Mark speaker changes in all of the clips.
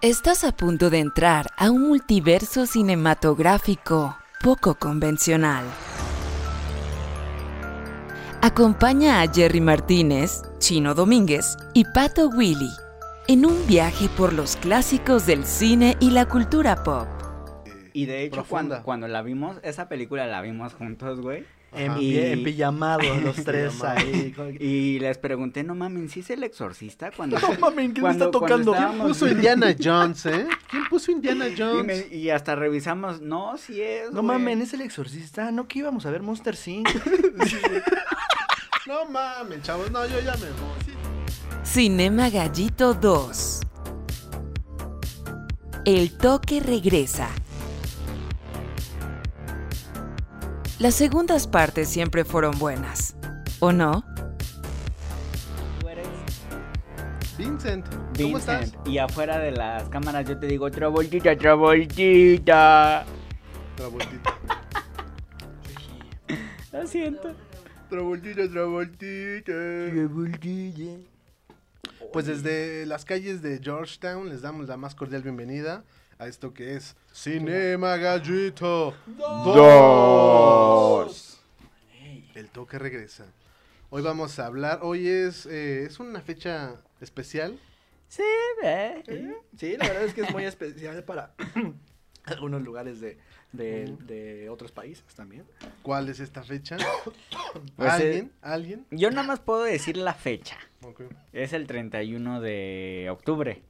Speaker 1: Estás a punto de entrar a un multiverso cinematográfico poco convencional. Acompaña a Jerry Martínez, Chino Domínguez y Pato Willy en un viaje por los clásicos del cine y la cultura pop.
Speaker 2: Y de hecho,
Speaker 3: Profunda.
Speaker 2: cuando, cuando la vimos, esa película la vimos juntos, güey.
Speaker 3: En,
Speaker 2: Ajá.
Speaker 3: pi-
Speaker 2: Y-
Speaker 3: en pijamado, los tres ahí. con-
Speaker 2: Y les pregunté, no mamen, ¿sí es el exorcista? Cuando,
Speaker 3: No mames, ¿quién
Speaker 2: cuando-
Speaker 3: está
Speaker 2: cuando
Speaker 3: tocando? ¿Quién
Speaker 2: estábamos-
Speaker 3: puso
Speaker 4: puso Indiana Jones, eh? ¿Quién puso Indiana
Speaker 2: Y,
Speaker 4: Jones?
Speaker 2: me- y hasta revisamos, no, sí es.
Speaker 3: No
Speaker 2: güey.
Speaker 3: mames, es el exorcista. No que íbamos a ver Monster Inc.
Speaker 4: No mames, chavos. No, yo ya me voy. Sí.
Speaker 1: Cinema Gallito 2. El toque regresa. Las segundas partes siempre fueron buenas, ¿o no?
Speaker 2: Tú eres
Speaker 4: Vincent, ¿cómo
Speaker 2: Vincent.
Speaker 4: estás?
Speaker 2: Y afuera de las cámaras yo te digo, Travoltita, Travoltita.
Speaker 4: Travoltita.
Speaker 2: Lo siento.
Speaker 4: Travoltita, Travoltita. Pues desde las calles de Georgetown les damos la más cordial bienvenida a esto que es Cinema Gallito 2. El toque regresa. Hoy vamos a hablar, hoy es, eh, es una fecha especial.
Speaker 2: Sí, ve.
Speaker 3: Sí, la verdad es que es muy especial para algunos lugares de, de- de otros países también.
Speaker 4: ¿Cuál es esta fecha?
Speaker 2: Pues, eh,
Speaker 4: ¿Alguien? ¿Alguien?
Speaker 2: Yo nada más puedo decir la fecha.
Speaker 4: Ok,
Speaker 2: Es el 31 de octubre.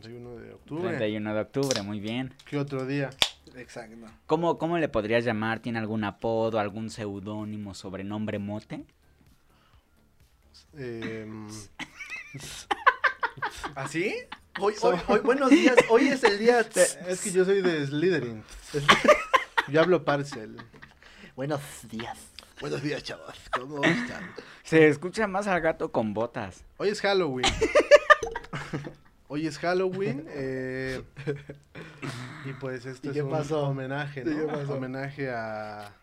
Speaker 4: 31 de octubre.
Speaker 2: 31 de octubre, muy bien.
Speaker 4: ¿Qué otro día?
Speaker 3: Exacto.
Speaker 2: ¿Cómo, cómo le podrías llamar? ¿Tiene algún apodo, algún seudónimo, sobrenombre, mote?
Speaker 4: Em,
Speaker 3: ¿Así? Hoy, hoy, hoy- buenos días. Hoy es el día.
Speaker 4: es que yo soy de Slytherin. Yo hablo parcel.
Speaker 3: Buenos días.
Speaker 4: Buenos días, chavos. ¿Cómo están?
Speaker 2: Se escucha más al gato con botas.
Speaker 4: Hoy es Halloween. Hoy es Halloween. eh, y pues
Speaker 3: ¿Y
Speaker 4: esto es
Speaker 3: qué
Speaker 4: un
Speaker 3: pasó?
Speaker 4: homenaje,
Speaker 3: ¿Y
Speaker 4: ¿no?
Speaker 3: qué pasó?
Speaker 4: Homenaje a.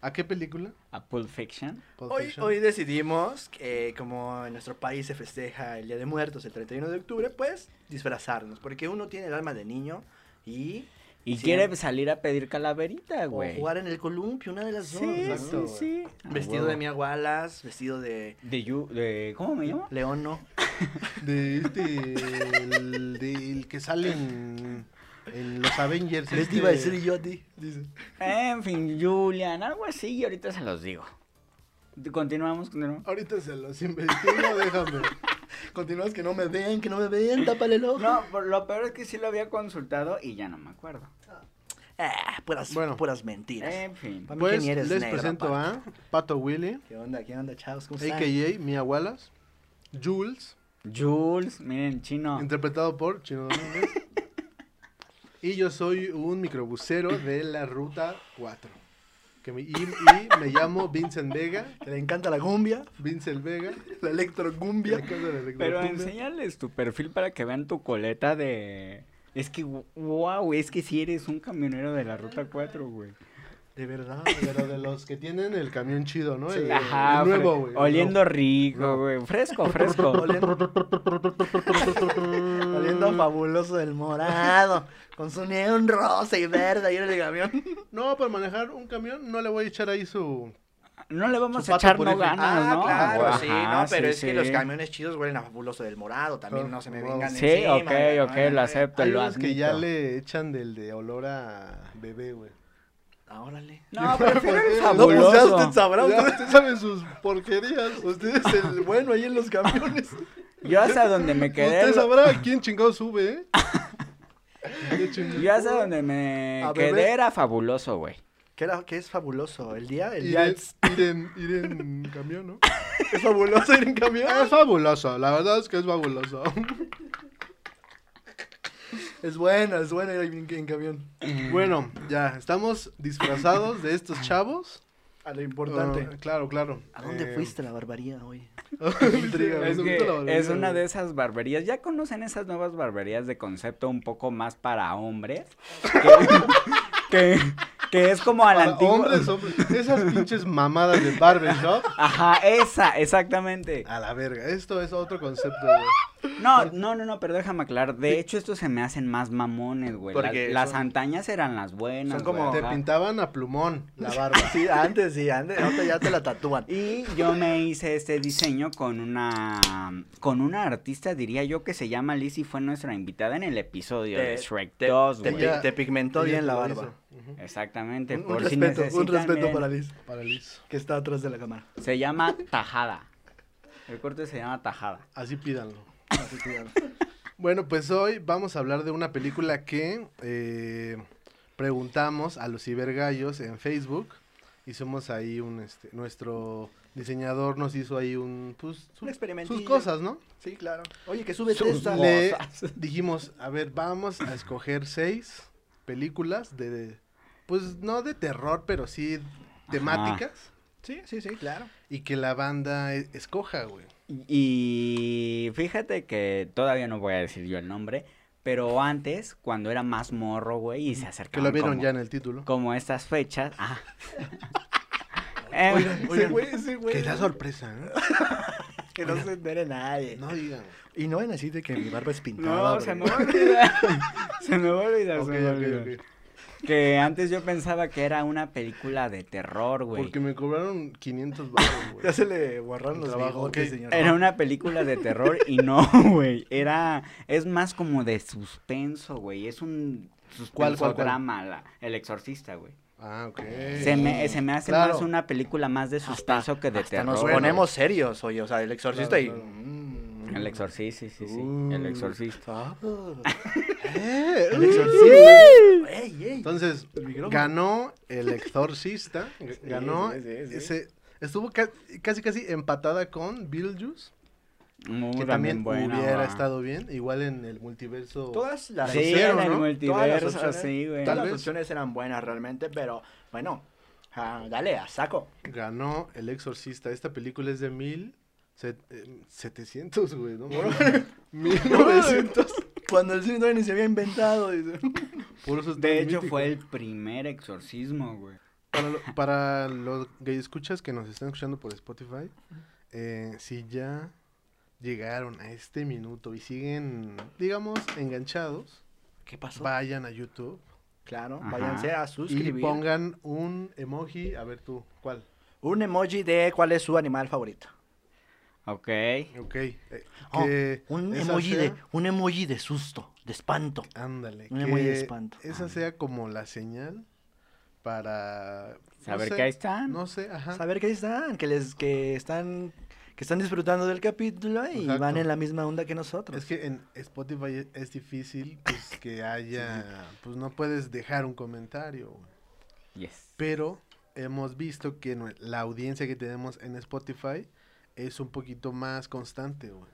Speaker 4: ¿A qué película?
Speaker 2: A Pulp Fiction.
Speaker 4: Pulp
Speaker 3: Hoy,
Speaker 4: Fiction.
Speaker 3: hoy decidimos que como en nuestro país se festeja el Día de Muertos el 31 de octubre, pues disfrazarnos, porque uno tiene el alma de niño y
Speaker 2: Y
Speaker 3: Sí.
Speaker 2: quiere salir a pedir calaverita,
Speaker 3: o
Speaker 2: güey.
Speaker 3: jugar en el columpio, una de las dos.
Speaker 2: Sí,
Speaker 3: ¿no?
Speaker 2: sí,
Speaker 4: Exacto,
Speaker 2: sí. Ah,
Speaker 3: Vestido
Speaker 2: huevo.
Speaker 3: de Mia Wallace, vestido de
Speaker 2: De Yu- de- ¿Cómo me llamo?
Speaker 3: Leono.
Speaker 4: De este. El, del que sale en. en los Avengers.
Speaker 3: Les
Speaker 4: este-
Speaker 3: iba a decir yo a ti, dice.
Speaker 2: En fin, Julian, algo así, y ahorita se los digo. Continuamos, continuamos.
Speaker 4: Ahorita se los investigo, déjame.
Speaker 3: Continúas que no me ven, que no me ven, tápale el ojo.
Speaker 2: No, por- lo peor es que sí lo había consultado y ya no me acuerdo.
Speaker 3: Ah, puras,
Speaker 4: Bueno.
Speaker 3: puras mentiras.
Speaker 2: En fin.
Speaker 3: Pa' mí que
Speaker 4: Pues
Speaker 3: ni eres
Speaker 4: les
Speaker 3: negro, Pues,
Speaker 4: presento
Speaker 3: aparte.
Speaker 4: a Pato Willy,
Speaker 3: ¿Qué onda, qué onda, chavos? ¿Cómo están?
Speaker 4: a.k.a. Mia Wallace, Jules,
Speaker 2: Jules, miren, chino.
Speaker 4: interpretado por Chino Domínguez. y yo soy un microbusero de la ruta 4. Que me- y, y me llamo Vincent Vega,
Speaker 3: Que le encanta la cumbia,
Speaker 4: Vincent Vega,
Speaker 3: la
Speaker 4: de la
Speaker 3: electrocumbia.
Speaker 4: casa de la
Speaker 2: Pero
Speaker 4: electrocumbia.
Speaker 2: enséñales tu perfil para que vean tu coleta de... Es que, wow, es que si eres un camionero de la Ruta 4, güey.
Speaker 3: De verdad.
Speaker 4: Pero de los que tienen el camión chido, ¿no? El,
Speaker 2: Ajá,
Speaker 4: el nuevo,
Speaker 2: fre-
Speaker 4: güey. el
Speaker 2: oliendo
Speaker 4: nuevo.
Speaker 2: rico,
Speaker 4: No.
Speaker 2: güey. Fresco, fresco.
Speaker 3: Oliendo fabuloso del morado, con su neón rosa y verde ahí en el camión.
Speaker 4: No, para manejar un camión no le voy a echar ahí su...
Speaker 2: No le vamos
Speaker 4: Su
Speaker 2: a
Speaker 4: pato
Speaker 2: echar Ah, no
Speaker 4: purifica-
Speaker 2: ganas,
Speaker 3: Ah,
Speaker 2: ¿no? Ajá, sí.
Speaker 3: chidos huelen a fabuloso del morado,
Speaker 4: Ah, wow.
Speaker 2: Sí, ok, ok, lo acepto,
Speaker 4: Hay
Speaker 2: lo
Speaker 4: unos que ya
Speaker 2: admito.
Speaker 4: le echan del de olor a bebé, güey.
Speaker 3: Ah, órale.
Speaker 2: No, prefiero el
Speaker 4: No,
Speaker 3: No, pues ya
Speaker 2: fabuloso.
Speaker 3: usted sabrá,
Speaker 4: Ya,
Speaker 3: usted,
Speaker 4: ustedes saben sus porquerías.
Speaker 3: usted es el bueno ahí en los camiones.
Speaker 2: Yo hasta donde me quedé...
Speaker 4: Usted sabrá quién chingado sube, ¿eh? Qué chingado.
Speaker 2: Yo hasta donde me
Speaker 3: A
Speaker 2: quedé
Speaker 3: beber.
Speaker 2: era fabuloso, güey.
Speaker 3: ¿Qué, era, qué es fabuloso? ¿El día? ¿El
Speaker 4: Ir
Speaker 3: día
Speaker 4: en,
Speaker 3: es,
Speaker 4: ir en- ir en camión, ¿no?
Speaker 3: es fabuloso ir en camión?
Speaker 4: Es fabuloso, la verdad es que es fabuloso.
Speaker 3: Es buena, es buena ir en, en camión.
Speaker 4: Bueno, Mm. ya, estamos disfrazados de estos chavos.
Speaker 3: A lo importante.
Speaker 4: Ah, claro, claro.
Speaker 3: ¿A dónde
Speaker 4: Eh,
Speaker 3: fuiste a la barbaría hoy?
Speaker 4: intriga,
Speaker 2: Es,
Speaker 4: me
Speaker 2: que
Speaker 4: gusta la barbería,
Speaker 2: es una
Speaker 4: güey.
Speaker 2: de esas barberías. ¿Ya conocen esas nuevas barberías de concepto un poco más para hombres? Que, que, que es como a la
Speaker 4: Para
Speaker 2: antigua.
Speaker 4: hombres, hombres. Esas pinches mamadas de barbershop.
Speaker 2: Ajá, esa, exactamente.
Speaker 4: A la verga. Esto es otro concepto, güey.
Speaker 2: No, no, no, no, pero déjame aclarar. De hecho, estos se me hacen más mamones, güey. Las,
Speaker 3: Porque
Speaker 2: las
Speaker 3: son-
Speaker 2: antañas eran las buenas.
Speaker 3: son como-
Speaker 2: güey,
Speaker 4: Te
Speaker 2: ajá.
Speaker 4: pintaban a plumón la barba.
Speaker 3: Sí, antes, sí, antes. Ahorita ya te la tatúan.
Speaker 2: Y yo me hice este diseño con una con una artista, diría yo, que se llama Liz y fue nuestra invitada en el episodio de Shrek 2,
Speaker 3: te,
Speaker 2: güey.
Speaker 4: Ya-
Speaker 3: pi- te pigmentó
Speaker 4: Ella
Speaker 3: bien la
Speaker 4: lo
Speaker 3: barba.
Speaker 4: hizo. Ujú.
Speaker 2: Exactamente.
Speaker 3: Un, un
Speaker 2: por si
Speaker 3: respeto, un
Speaker 2: necesitan,
Speaker 3: respeto
Speaker 2: miren,
Speaker 3: para Liz,
Speaker 4: Para Liz.
Speaker 3: que está atrás de la cámara.
Speaker 2: Se llama tajada. El corte se llama tajada.
Speaker 4: Así pídanlo.
Speaker 3: Así que ya no.
Speaker 4: Bueno, pues hoy vamos a hablar de una película que eh, preguntamos a los cibergallos en Facebook. Hicimos ahí un, este, nuestro diseñador nos hizo ahí un, pues, su-
Speaker 3: Un experimentillo.
Speaker 4: sus cosas, ¿no?
Speaker 3: Sí, claro. Oye, que subes
Speaker 2: Sus
Speaker 3: esta.
Speaker 2: le-
Speaker 4: Le
Speaker 2: cosas.
Speaker 4: dijimos, a ver, vamos a escoger seis películas de, de- pues no de terror, pero sí temáticas
Speaker 3: Sí, sí, sí, claro.
Speaker 4: y que la banda e- escoja, güey.
Speaker 2: Y fíjate que todavía no voy a decir yo el nombre, pero antes, cuando era más morro, güey, y se
Speaker 4: Que
Speaker 2: acercaban
Speaker 4: lo vieron
Speaker 2: como,
Speaker 4: ya en el título.
Speaker 2: como estas fechas. ah. Eh,
Speaker 3: Oigan, güey, ese güey.
Speaker 4: Que da sorpresa, ¿no?
Speaker 3: Que no se entere nadie.
Speaker 4: No digan.
Speaker 3: Y no ven así de que mi barba es pintada.
Speaker 2: No, se me
Speaker 3: bro.
Speaker 2: va a olvidar. se me va a olvidar.
Speaker 4: Ok,
Speaker 2: se me va a
Speaker 4: ok,
Speaker 2: olvidar.
Speaker 4: ok.
Speaker 2: Que antes yo pensaba que era una película de terror, güey.
Speaker 4: Porque me cobraron 500 baros, güey.
Speaker 3: Ya se le borraron los
Speaker 4: Trabajo,
Speaker 3: bigotes,
Speaker 4: ok.
Speaker 3: señor.
Speaker 2: Era una película de terror y no, güey. Era. Es más como de suspenso, güey. Es un.
Speaker 4: ¿Cuál,
Speaker 2: Suspenso
Speaker 4: cuál, cuál?
Speaker 2: drama, la- el exorcista, güey.
Speaker 4: Ah, ok.
Speaker 2: Se me, se me hace
Speaker 4: Claro.
Speaker 2: más una película más de suspenso que de
Speaker 3: Hasta
Speaker 2: terror.
Speaker 3: nos
Speaker 2: güey.
Speaker 3: ponemos serios, oye. O sea, el exorcista
Speaker 4: Claro,
Speaker 3: y.
Speaker 4: claro.
Speaker 3: Mm.
Speaker 2: El exorcista, sí, sí, sí.
Speaker 3: Uh.
Speaker 2: El exorcista.
Speaker 3: Ah.
Speaker 4: Eh,
Speaker 3: El
Speaker 4: uh.
Speaker 3: exorcista. Ey, ey.
Speaker 4: Entonces,
Speaker 3: El micrófono.
Speaker 4: ganó el exorcista. g-
Speaker 3: Sí,
Speaker 4: ganó
Speaker 3: sí, sí, sí.
Speaker 4: ese. Estuvo ca- casi casi empatada con Beetlejuice,
Speaker 2: Muy
Speaker 4: que también
Speaker 2: buena,
Speaker 4: hubiera
Speaker 2: va.
Speaker 4: estado bien, igual en el multiverso.
Speaker 3: Todas las
Speaker 2: Sí,
Speaker 4: Cero,
Speaker 2: en el
Speaker 4: ¿no?
Speaker 3: Todas las
Speaker 2: multiverso,
Speaker 3: opciones,
Speaker 2: sí, güey.
Speaker 4: Tal
Speaker 3: todas las
Speaker 4: vez.
Speaker 3: opciones eran buenas realmente, pero bueno, ah, dale, a saco.
Speaker 4: Ganó el exorcista. Esta película es de mil set- eh, 700, güey, ¿no? mames. 1900.
Speaker 3: Cuando el cine todavía ni se había inventado. dice.
Speaker 4: Por eso es tan
Speaker 2: De hecho,
Speaker 4: mítico.
Speaker 2: fue el primer exorcismo, güey.
Speaker 4: Para, lo- para los que escuchas que nos están escuchando por Spotify, eh, si ya llegaron a este minuto y siguen, digamos, enganchados,
Speaker 3: ¿Qué pasó?
Speaker 4: vayan a YouTube
Speaker 3: claro,
Speaker 2: Ajá.
Speaker 3: váyanse a
Speaker 4: y
Speaker 3: suscribir.
Speaker 4: pongan un emoji, a ver tú, ¿cuál?
Speaker 3: Un emoji de cuál es su animal favorito.
Speaker 2: Ok.
Speaker 4: Ok. eh,
Speaker 3: Oh,
Speaker 4: que
Speaker 3: un
Speaker 4: esa
Speaker 3: emoji de
Speaker 4: sea-
Speaker 3: un emoji de susto, de espanto.
Speaker 4: Ándale.
Speaker 3: un emoji de
Speaker 4: que
Speaker 3: espanto.
Speaker 4: Esa
Speaker 2: Ah.
Speaker 4: sea como la señal para... no
Speaker 2: Saber
Speaker 4: sé,
Speaker 2: que ahí están.
Speaker 4: No sé, ajá.
Speaker 3: Saber que están, que les que están que están disfrutando del capítulo y
Speaker 4: Exacto.
Speaker 3: van en la misma onda que nosotros.
Speaker 4: Es que en Spotify e- es difícil pues, que haya, pues no puedes dejar un comentario, güey.
Speaker 2: Yes.
Speaker 4: pero hemos visto que nue- la audiencia que tenemos en Spotify es un poquito más constante, güey.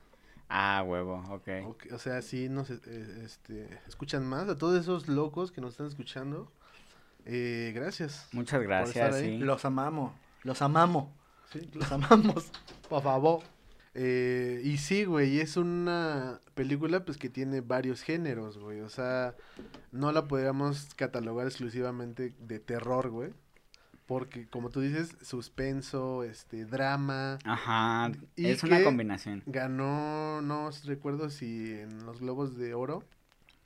Speaker 2: Ah, huevo, ok.
Speaker 4: Ok, O sea, sí nos eh, este, escuchan más a todos esos locos que nos están escuchando. eh, gracias.
Speaker 2: Muchas gracias,
Speaker 4: estar
Speaker 2: sí.
Speaker 4: ahí.
Speaker 3: Los amamos, los amamos,
Speaker 4: Sí,
Speaker 3: los amamos.
Speaker 4: por favor. Eh, y sí, güey, es una película pues que tiene varios géneros, güey. O sea, no la podríamos catalogar exclusivamente de terror, güey. Porque, como tú dices, suspenso, este, drama.
Speaker 2: Ajá,
Speaker 4: Y
Speaker 2: es una
Speaker 4: que-
Speaker 2: combinación.
Speaker 4: Ganó, no os recuerdo si en los Globos de Oro,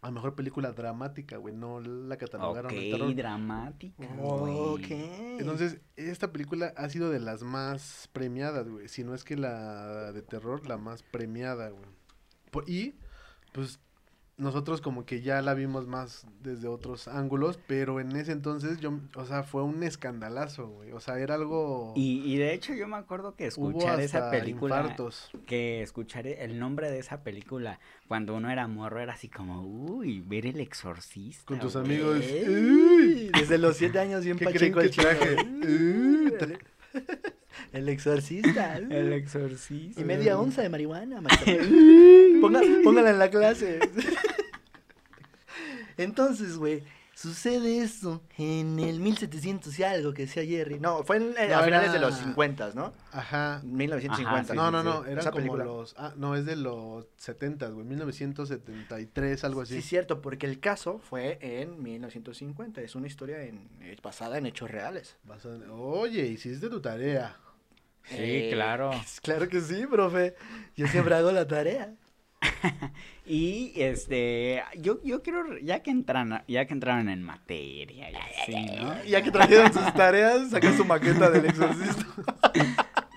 Speaker 4: a mejor película dramática, güey. No la catalogaron
Speaker 2: Ok,
Speaker 4: de terror.
Speaker 2: dramática,
Speaker 3: Ok.
Speaker 2: güey.
Speaker 3: Mm.
Speaker 4: Entonces, esta película ha sido de las más premiadas, güey. Si no es que la de terror, la más premiada, güey. Po- y, pues, nosotros como que ya la vimos más desde otros ángulos, pero en ese entonces, yo, o sea, fue un escandalazo, güey. O sea, era algo...
Speaker 2: Y, y de hecho yo me acuerdo que
Speaker 4: hubo
Speaker 2: escuchar esa
Speaker 4: hasta
Speaker 2: película,
Speaker 4: infartos.
Speaker 2: que escuchar el nombre de esa película cuando uno era morro era así como, uy, ver el exorcista.
Speaker 4: Con tus
Speaker 2: güey".
Speaker 4: amigos.
Speaker 3: Ey, Desde los siete años bien
Speaker 4: ¿Qué
Speaker 3: pacheco el
Speaker 4: creen que
Speaker 3: chino.
Speaker 4: traje?
Speaker 3: Uh, el- El exorcista. uh.
Speaker 2: El exorcista.
Speaker 3: Y media onza de marihuana. maestra. Ponga- póngala en la clase. Entonces, güey, Sucede eso en el 1700 y algo que decía Jerry. No, fue en, en-
Speaker 4: No,
Speaker 3: a finales
Speaker 4: era-
Speaker 3: de los 50, ¿no?
Speaker 4: Ajá.
Speaker 3: 1950.
Speaker 2: Sí,
Speaker 4: no,
Speaker 3: sí,
Speaker 4: no,
Speaker 3: sí.
Speaker 4: no, era
Speaker 3: Esa
Speaker 4: como
Speaker 3: película.
Speaker 4: los... Ah, no, es de los 70, güey, 1973, algo así.
Speaker 3: Sí, cierto, porque el caso fue en 1950. Es una historia en, eh, basada en hechos reales.
Speaker 4: Basado en- Oye, hiciste tu tarea.
Speaker 2: Sí,
Speaker 3: Eh,
Speaker 2: claro.
Speaker 3: Claro que sí, profe. Yo siempre hago la tarea.
Speaker 2: Y este, yo, yo quiero, ya que entraron, ya que entraron en materia y así, ¿no?
Speaker 3: Ah, Ya que trajeron sus tareas, sacan su maqueta del exorcista.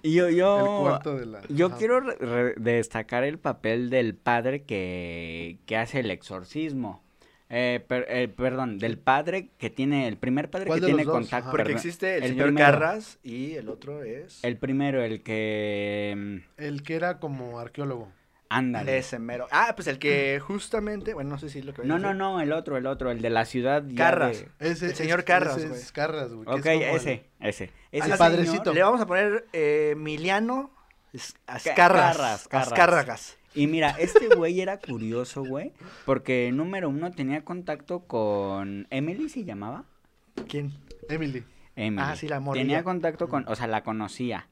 Speaker 2: Y Yo,
Speaker 4: El
Speaker 2: yo,
Speaker 4: cuarto de la...
Speaker 2: yo
Speaker 4: ajá.
Speaker 2: quiero re- re- destacar el papel del padre que, que hace el exorcismo. Eh, per- eh, perdón, del padre que tiene, el primer padre
Speaker 4: ¿Cuál
Speaker 2: que
Speaker 4: de
Speaker 2: tiene
Speaker 4: los dos?
Speaker 2: contacto.
Speaker 4: Ajá.
Speaker 3: Porque
Speaker 2: Ah, perdón,
Speaker 3: existe el,
Speaker 2: el
Speaker 3: señor
Speaker 2: primero.
Speaker 3: Carras y el otro es...
Speaker 2: El primero, el que, mm,
Speaker 4: El que era como arqueólogo.
Speaker 2: ándale.
Speaker 3: Ese mero. Ah, pues el que justamente... Bueno, no sé si es lo que... voy a
Speaker 2: Mm. No, no,
Speaker 3: decir.
Speaker 2: no, el otro, el otro, el de la ciudad. ya
Speaker 3: Carras. Ah,
Speaker 2: de-
Speaker 4: Ese,
Speaker 3: El señor
Speaker 4: es-
Speaker 3: Carras,
Speaker 4: ese
Speaker 3: güey.
Speaker 4: es Carras, güey. que es
Speaker 2: Ok,
Speaker 4: como el- Ah,
Speaker 2: ese, ese. Ese
Speaker 4: al
Speaker 2: señor-
Speaker 4: padrecito.
Speaker 3: Le vamos a poner eh, Emiliano Es-
Speaker 2: Carras,
Speaker 3: Azcarras.
Speaker 2: Carras.
Speaker 3: Azcárragas.
Speaker 2: Y mira, este güey era curioso, güey, porque número uno tenía contacto con Emily, ¿se llamaba?
Speaker 3: ¿Quién?
Speaker 4: Emily.
Speaker 2: Emily.
Speaker 3: Ah, sí, la morrilla.
Speaker 2: Tenía contacto con, o sea, la conocía.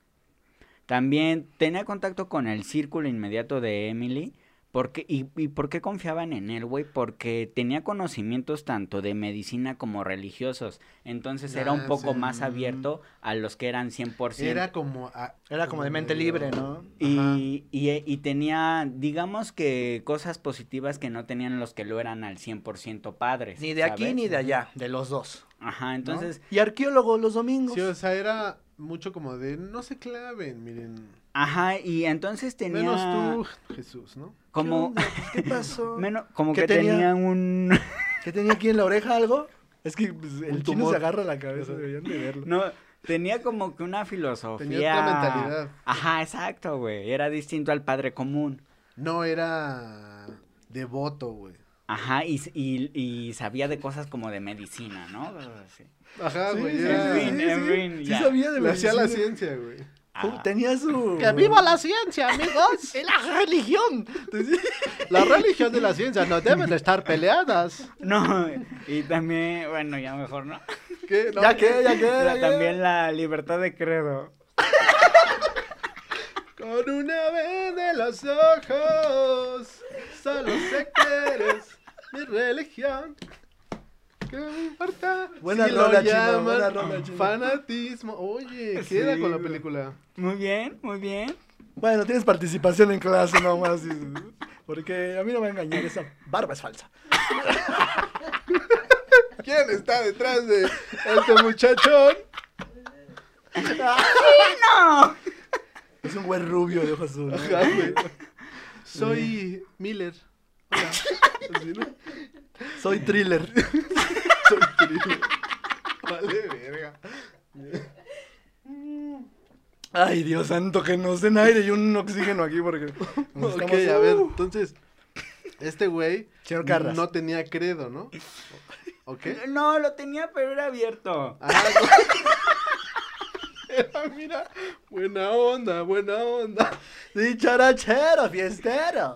Speaker 2: También tenía contacto con el círculo inmediato de Emily. Porque, y, ¿Y por qué confiaban en él, güey? Porque tenía conocimientos tanto de medicina como religiosos. Entonces era un
Speaker 4: Ah,
Speaker 2: poco
Speaker 4: sí,
Speaker 2: más
Speaker 4: mm.
Speaker 2: abierto a los que eran 100%.
Speaker 4: Era como... a-
Speaker 3: Era como de
Speaker 2: Mm,
Speaker 3: mente libre, ¿no?
Speaker 4: Ajá.
Speaker 2: Y, y, y tenía, digamos que cosas positivas que no tenían los que lo eran al 100% padres.
Speaker 3: Ni de aquí
Speaker 2: ¿sabes?
Speaker 3: ni de allá, de los dos.
Speaker 2: Ajá,
Speaker 3: ¿no?
Speaker 2: entonces,
Speaker 3: Y arqueólogo los domingos.
Speaker 4: Sí, o sea, era mucho como de no se claven, miren.
Speaker 2: ajá, y entonces tenía
Speaker 4: Menos tú, Jesús, ¿no?
Speaker 2: como,
Speaker 3: ¿Qué, onda? Pues, ¿Qué pasó?
Speaker 2: menos, como
Speaker 3: ¿Qué
Speaker 2: que
Speaker 3: tenía?
Speaker 2: tenía, un,
Speaker 3: ¿Qué tenía aquí en la oreja algo? Es que pues, el chino
Speaker 4: tumor.
Speaker 3: se agarra la cabeza, deberían de verlo.
Speaker 2: no, tenía como que una filosofía.
Speaker 4: Tenía otra mentalidad.
Speaker 2: Ajá, exacto, güey, era distinto al padre común.
Speaker 4: No era devoto, güey.
Speaker 2: Ajá, y, y, y sabía de cosas como de medicina, ¿no? Sí.
Speaker 4: Ajá, güey.
Speaker 2: sí,
Speaker 4: era...
Speaker 2: sí, sí. en fin,
Speaker 3: sí
Speaker 2: ya.
Speaker 3: sabía de
Speaker 4: Le hacía la
Speaker 3: medicina.
Speaker 4: ciencia, güey.
Speaker 2: Ajá.
Speaker 3: Tenía su...
Speaker 4: Ah. la ciencia, amigos!
Speaker 3: ¡Es la religión! Entonces,
Speaker 4: La religión y la ciencia no deben estar peleadas.
Speaker 2: No, y también, bueno, ya mejor, ¿no?
Speaker 4: ¿Qué? No,
Speaker 3: ya que, ya que,
Speaker 2: Pero
Speaker 3: ya que.
Speaker 2: también la libertad de credo.
Speaker 4: Con una vez de los ojos, solo sé que eres mi religión. ¿Qué me importa?
Speaker 3: Buena rola,
Speaker 4: lo
Speaker 3: chino,
Speaker 4: llaman
Speaker 3: buena rola, chino.
Speaker 4: Fanatismo. Oye,
Speaker 2: Sí,
Speaker 4: queda con la
Speaker 2: güey.
Speaker 4: película.
Speaker 2: Muy bien, muy bien.
Speaker 3: Bueno, tienes participación en clase nomás. y- Porque a mí no me va a engañar, esa barba es falsa.
Speaker 4: ¿Quién está detrás de este muchachón?
Speaker 3: Es un buen rubio de ojos azules.
Speaker 4: Ajá, güey. Soy Miller. Hola. Así, ¿no?
Speaker 3: Soy thriller.
Speaker 4: Soy Trilo. Vale, verga.
Speaker 3: Ay, Dios santo, que nos den aire y un oxígeno aquí porque. nos
Speaker 4: Ok,
Speaker 3: estamos-
Speaker 4: a ver,
Speaker 3: Uh.
Speaker 4: entonces, este güey
Speaker 3: Señor Carras.
Speaker 4: no tenía credo, ¿no? ¿Ok?
Speaker 2: No, lo tenía, pero era abierto.
Speaker 4: Ah, no. Era, mira, buena onda, buena onda.
Speaker 3: Sí, charachero, fiestero.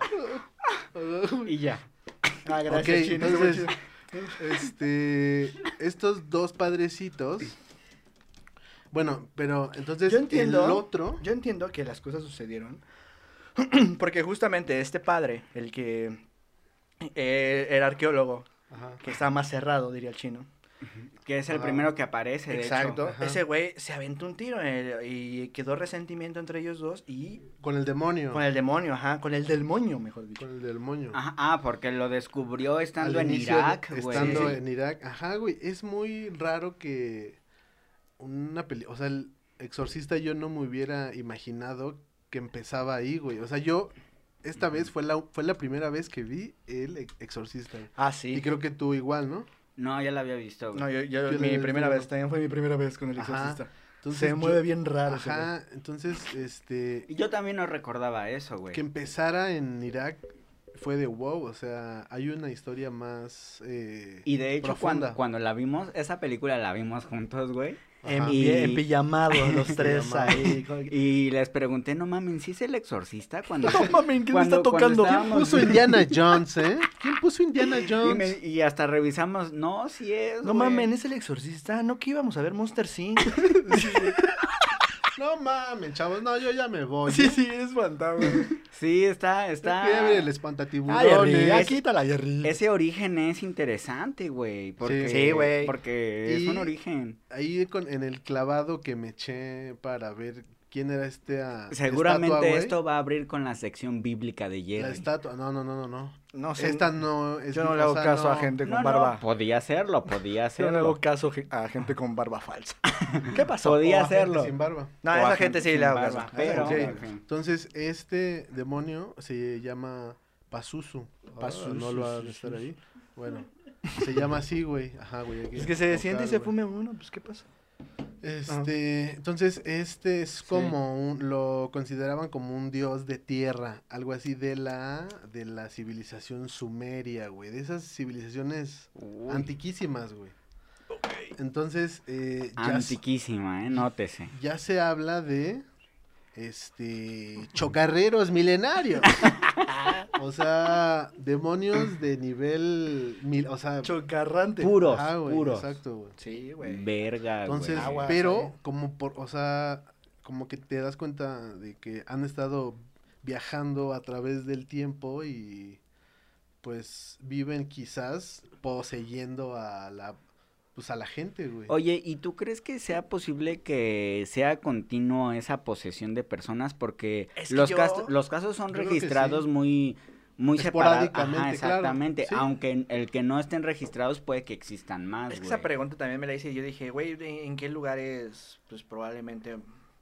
Speaker 2: Y ya.
Speaker 3: Ah,
Speaker 4: ok, entonces, este, estos dos padrecitos, bueno, pero entonces
Speaker 3: yo entiendo,
Speaker 4: el otro,
Speaker 3: yo entiendo que las cosas sucedieron porque justamente este padre, el que eh, era arqueólogo,
Speaker 4: Ajá.
Speaker 3: que está más cerrado, diría el chino.
Speaker 2: Que es el
Speaker 4: Ah.
Speaker 2: primero que aparece, de
Speaker 3: Exacto.
Speaker 4: ajá.
Speaker 3: Ese güey se aventó un tiro eh, y quedó resentimiento entre ellos dos y
Speaker 4: con el demonio,
Speaker 3: con el demonio, ajá, con el del moño, mejor dicho.
Speaker 4: con el demonio.
Speaker 2: hecho. Ajá, ah, porque lo descubrió estando
Speaker 4: Al
Speaker 2: en
Speaker 4: inicio,
Speaker 2: Irak, güey.
Speaker 4: Estando
Speaker 2: Sí.
Speaker 4: en Irak. Ajá, güey. Es muy raro que una peli... O sea, el exorcista yo no me hubiera imaginado que empezaba ahí, güey. O sea, yo... Esta vez fue la, fue la primera vez que vi el ex- exorcista. güey.
Speaker 3: Ah, sí.
Speaker 4: Y creo que tú igual, ¿no?
Speaker 2: No, ya la había visto, güey.
Speaker 3: No, yo, yo-
Speaker 4: Yo la
Speaker 3: mi
Speaker 4: había
Speaker 3: primera
Speaker 4: visto.
Speaker 3: vez, también fue mi primera vez con el
Speaker 4: Ajá.
Speaker 3: exorcista.
Speaker 4: Entonces,
Speaker 3: se
Speaker 4: yo-
Speaker 3: mueve bien raro. ese güey.
Speaker 4: Ajá. Entonces, este...
Speaker 2: Y Yo también no recordaba eso, güey.
Speaker 4: Que empezara en Irak fue de wow. O sea, hay una historia más... eh,
Speaker 2: Y de hecho,
Speaker 4: profunda.
Speaker 2: cuando, cuando la vimos, esa película la vimos juntos, güey.
Speaker 3: En,
Speaker 4: Ajá.
Speaker 3: pi-
Speaker 2: Y-
Speaker 3: en pijamado, los tres
Speaker 4: Pijamado.
Speaker 3: ahí. con-
Speaker 2: Y les pregunté, no mamen, ¿sí es el exorcista? Cuando,
Speaker 3: No mames, ¿quién
Speaker 2: Cuando-
Speaker 3: está
Speaker 2: cuando
Speaker 3: tocando?
Speaker 2: estábamos-
Speaker 4: Puso Indiana Jones, ¿eh? ¿Quién puso Indiana
Speaker 2: y,
Speaker 4: Jones?
Speaker 2: me- y hasta revisamos, no, sí es.
Speaker 3: No
Speaker 2: güey".
Speaker 3: mames, es el exorcista. No que íbamos a ver Monster Inc.
Speaker 4: No mames, chavos. No, yo ya me voy.
Speaker 3: sí, es fantasma.
Speaker 2: Sí, está,
Speaker 4: Está...
Speaker 2: está.
Speaker 4: el
Speaker 3: Ay, Jerry, ya
Speaker 4: espantatiburones.
Speaker 3: quítala, Jerry.
Speaker 2: Ese origen es interesante, güey. Porque,
Speaker 4: Sí,
Speaker 3: güey.
Speaker 2: Porque es
Speaker 4: Y-
Speaker 2: un origen.
Speaker 4: Ahí con- en el clavado que me eché para ver quién era este. ah,
Speaker 2: Seguramente
Speaker 4: estatua, güey.
Speaker 2: esto va a abrir con la sección bíblica de
Speaker 4: La
Speaker 2: Jerry.
Speaker 4: estatua. No, no, no, no, no.
Speaker 3: No sé.
Speaker 4: Esta no es.
Speaker 3: yo no
Speaker 4: o
Speaker 3: le hago
Speaker 4: sea,
Speaker 3: caso a
Speaker 4: no.
Speaker 3: gente con
Speaker 2: No, no,
Speaker 3: barba.
Speaker 2: podía hacerlo, podía
Speaker 3: yo no le hago
Speaker 2: hacerlo.
Speaker 3: caso ge- a gente con barba falsa. ¿Qué pasó?
Speaker 2: Podía
Speaker 4: O a gente
Speaker 2: hacerlo.
Speaker 4: Sin barba.
Speaker 3: No,
Speaker 2: O
Speaker 3: a
Speaker 2: a
Speaker 3: esa gente sí
Speaker 2: sin
Speaker 3: le hago
Speaker 2: barba,
Speaker 3: caso.
Speaker 2: Pero,
Speaker 4: Ok.
Speaker 2: en fin.
Speaker 4: Entonces, este demonio se llama Pazuzu. Ah,
Speaker 3: Pazuzu,
Speaker 4: no lo van a estar ahí. Bueno, se llama así, güey. Ajá, güey. hay
Speaker 3: Es que se desciende y
Speaker 4: tocar,
Speaker 3: se
Speaker 4: güey.
Speaker 3: fume uno, pues ¿qué pasa?
Speaker 2: Ah.
Speaker 4: Este, entonces este es como un, lo consideraban como un dios de tierra, algo así de la de la civilización sumeria, güey, de esas civilizaciones
Speaker 2: Uy,
Speaker 4: antiquísimas, güey. Entonces eh, ya, s-
Speaker 2: antiquísima, ¿eh? Nótese.
Speaker 4: ya se habla de este chocarreros milenarios. o sea, demonios de nivel mil, o sea,
Speaker 3: Chocarrante.
Speaker 2: Puros,
Speaker 4: ah, güey,
Speaker 2: puros.
Speaker 4: exacto, güey.
Speaker 3: Sí, güey.
Speaker 2: Verga, güey.
Speaker 4: Entonces,
Speaker 3: Agua,
Speaker 4: pero
Speaker 3: sale.
Speaker 4: como por, o sea, como que te das cuenta de que han estado viajando a través del tiempo y pues viven quizás poseyendo a la pues a la gente, güey.
Speaker 2: Oye, ¿y tú crees que sea posible que sea continuo esa posesión de personas? Porque
Speaker 3: Es que
Speaker 2: los,
Speaker 3: yo-
Speaker 2: cas- los casos son
Speaker 4: yo creo que
Speaker 2: registrados
Speaker 4: sí.
Speaker 2: muy, muy separados. Ajá,
Speaker 4: Esporádicamente, claro,
Speaker 2: exactamente.
Speaker 4: sí.
Speaker 2: Aunque el que no estén registrados puede que existan más.
Speaker 3: Es que
Speaker 2: güey.
Speaker 3: esa pregunta también me la hice y yo dije, güey, ¿de- ¿en qué lugares pues probablemente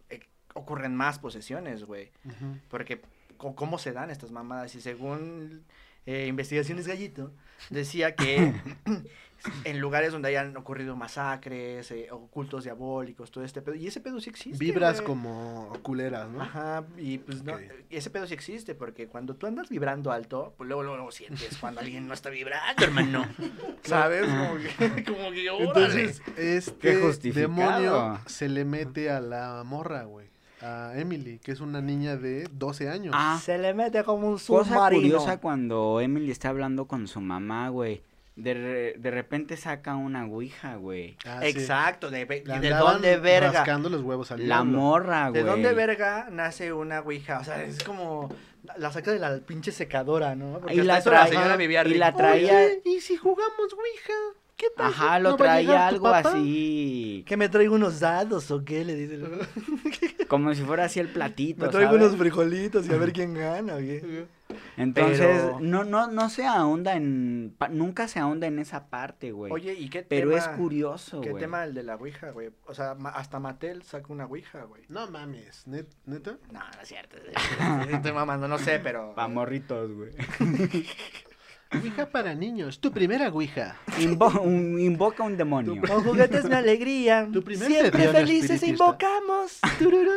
Speaker 3: eh, ocurren más posesiones, güey?
Speaker 4: Ujú.
Speaker 3: Porque co- cómo se dan estas mamadas. Y según eh, investigaciones Gallito, decía que en lugares donde hayan ocurrido masacres, eh, o cultos diabólicos, todo este pedo. Y ese pedo sí existe.
Speaker 4: Vibras
Speaker 3: güey.
Speaker 4: como culeras, ¿no?
Speaker 3: Ajá, y pues no,
Speaker 4: Ok.
Speaker 3: ese pedo sí existe, porque cuando tú andas vibrando alto, pues luego, luego, luego sientes cuando alguien no está vibrando, hermano. ¿Sabes? Como que, como que órale.
Speaker 4: Entonces,
Speaker 2: Qué
Speaker 4: este
Speaker 2: justificado.
Speaker 4: demonio se le mete a la morra, güey. A Emily, que es una niña de 12 años.
Speaker 2: Ah,
Speaker 3: se le mete como un
Speaker 2: Cosa
Speaker 3: submarino.
Speaker 2: curiosa cuando Emily está hablando con su mamá, güey. De, re- de repente saca una ouija, güey.
Speaker 4: Ah, sí.
Speaker 3: Exacto, de, ve-
Speaker 4: Le
Speaker 3: ¿de
Speaker 4: andaban
Speaker 3: dónde verga?
Speaker 4: Rascando los huevos al
Speaker 2: La
Speaker 4: diablo.
Speaker 2: morra, güey.
Speaker 3: ¿De dónde verga nace una ouija? O sea, es como la saca de la pinche secadora, ¿no?
Speaker 2: Y
Speaker 3: hasta
Speaker 2: la
Speaker 3: eso
Speaker 2: trae-
Speaker 3: señora vivía
Speaker 2: y la
Speaker 3: rico.
Speaker 2: trae- traía-
Speaker 4: Oye, ¿y si jugamos Ouija? ¿Qué pasa?
Speaker 2: Ajá, lo
Speaker 4: Pues, ¿No va a
Speaker 2: traía
Speaker 4: llegar tu
Speaker 2: algo
Speaker 4: papá?
Speaker 2: así.
Speaker 3: ¿Que me traigo unos dados o qué? Le dice.
Speaker 2: Como si fuera así el platito.
Speaker 3: Me traigo
Speaker 2: ¿sabes?
Speaker 3: unos frijolitos y a ver quién gana, güey.
Speaker 2: Entonces,
Speaker 3: Pero-
Speaker 2: no, no, no se ahonda en, pa- nunca se ahonda en esa parte, güey.
Speaker 3: Oye, ¿y qué
Speaker 2: pero
Speaker 3: tema?
Speaker 2: es curioso,
Speaker 3: ¿Qué
Speaker 2: güey.
Speaker 3: tema el de la ouija, güey? O sea, ma- hasta Mattel saca una ouija, güey.
Speaker 4: No mames, ¿net- ¿neta?
Speaker 3: No, no es cierto. Estoy mamando, no sé, pero.
Speaker 2: Pa' morritos, güey.
Speaker 4: Ouija para niños, tu primera Ouija.
Speaker 2: Invo- un- invoca un demonio.
Speaker 3: Con juguetes me alegría.
Speaker 4: Tu primer
Speaker 3: Siempre
Speaker 4: sesión
Speaker 3: felices
Speaker 4: espiritista.
Speaker 3: invocamos.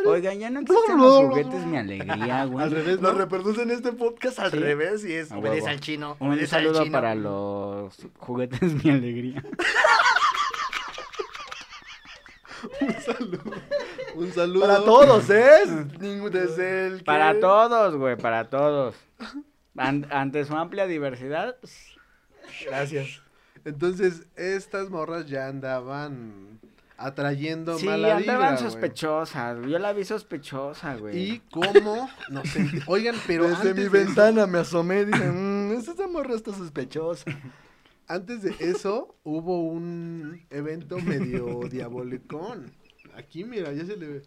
Speaker 2: Oigan, ya no existen los juguetes, mi alegría, güey.
Speaker 4: Al revés,
Speaker 3: Lo
Speaker 4: ¿no?
Speaker 3: reproducen este podcast al
Speaker 2: Sí.
Speaker 3: revés y es
Speaker 2: A
Speaker 3: obedece
Speaker 2: huevo.
Speaker 3: al chino.
Speaker 2: Un
Speaker 3: obedece al
Speaker 2: saludo
Speaker 3: chino.
Speaker 2: para los juguetes, mi alegría.
Speaker 4: Un saludo.
Speaker 3: Para todos, ¿eh? Ningún- Desde el que-
Speaker 2: Para todos, güey, para todos. An- ante su amplia diversidad,
Speaker 3: Gracias.
Speaker 4: Entonces, estas morras ya andaban atrayendo
Speaker 2: sí,
Speaker 4: mala
Speaker 2: andaban
Speaker 4: vibra, güey.
Speaker 2: sospechosas. Yo la vi sospechosa,
Speaker 4: Y
Speaker 2: güey.
Speaker 4: cómo nos sent- Oigan, pero
Speaker 3: Desde
Speaker 4: antes
Speaker 3: mi
Speaker 4: de eso-
Speaker 3: ventana me asomé y dije, mmm, esta morra está sospechosa.
Speaker 4: Antes de eso, hubo un evento medio diabolicón. Aquí, mira, ya se le ve.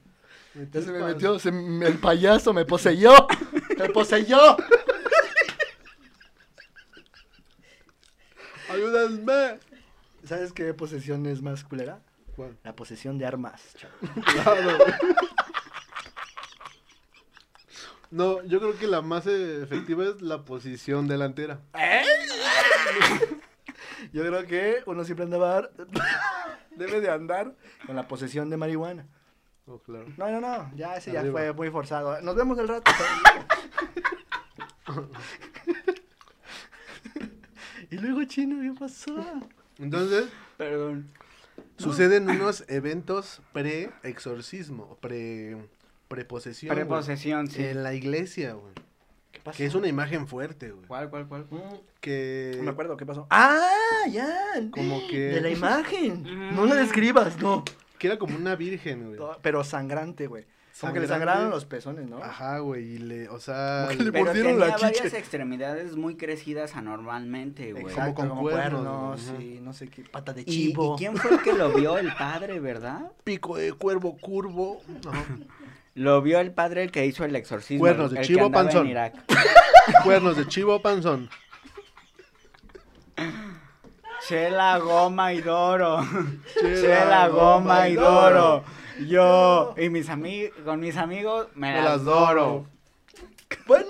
Speaker 3: Ya se me
Speaker 4: el
Speaker 3: metió, se me- el payaso me poseyó. ¡Me poseyó!
Speaker 4: pa- ¡Ayúdame!
Speaker 3: ¿Sabes qué posesión es más culera?
Speaker 4: ¿Cuál?
Speaker 3: La posesión de armas, chavo.
Speaker 4: Claro. No, yo creo que la más eh, efectiva es la posición delantera.
Speaker 3: ¿Eh? Yo creo que uno siempre andaba, debe de andar con la posesión de marihuana.
Speaker 4: Oh, claro.
Speaker 3: No, no, no, ya ese ya
Speaker 4: Arriba.
Speaker 3: fue muy forzado. Nos vemos el rato. y luego chino, ¿qué pasó?
Speaker 4: Entonces,
Speaker 2: Perdón.
Speaker 4: Suceden unos eventos pre-exorcismo, pre preposesión. güey.
Speaker 2: Preposesión, sí.
Speaker 4: En la iglesia, güey.
Speaker 3: ¿Qué pasó?
Speaker 4: Que es una imagen fuerte, güey.
Speaker 2: ¿Cuál, cuál, cuál?
Speaker 4: Que
Speaker 3: No me acuerdo qué pasó. ¡Ah! Ya.
Speaker 4: Como que-
Speaker 3: De la imagen. No la describas, no.
Speaker 4: que era como una virgen, güey.
Speaker 3: Mm. No, Pero sangrante, güey. Como que le
Speaker 4: Sangrante.
Speaker 3: sangraron los pezones, ¿no?
Speaker 4: Ajá, güey, y le, o sea,
Speaker 3: Como que le
Speaker 4: le-
Speaker 2: Mm. Pero tenía
Speaker 3: mordieron la chicha.
Speaker 2: varias extremidades muy crecidas anormalmente, güey.
Speaker 3: Exacto,
Speaker 4: con
Speaker 3: como,
Speaker 4: cuernos,
Speaker 3: cuernos,
Speaker 4: güey,
Speaker 3: sí, no sé qué, pata de
Speaker 2: ¿Y,
Speaker 3: chivo.
Speaker 2: y quién fue el que lo vio? El padre, ¿verdad?
Speaker 4: pico de cuervo curvo. Ajá.
Speaker 2: Lo vio el padre el que hizo el exorcismo.
Speaker 4: Cuernos de
Speaker 2: el que
Speaker 4: chivo
Speaker 2: andaba en
Speaker 4: panzón.
Speaker 2: Irak.
Speaker 4: Cuernos de chivo panzón.
Speaker 2: Chela, goma y doro. Chela, goma y doro. Yo y mis amigos, con mis amigos me,
Speaker 4: Me
Speaker 2: las
Speaker 4: las
Speaker 2: doro.
Speaker 4: doro.
Speaker 3: Bueno,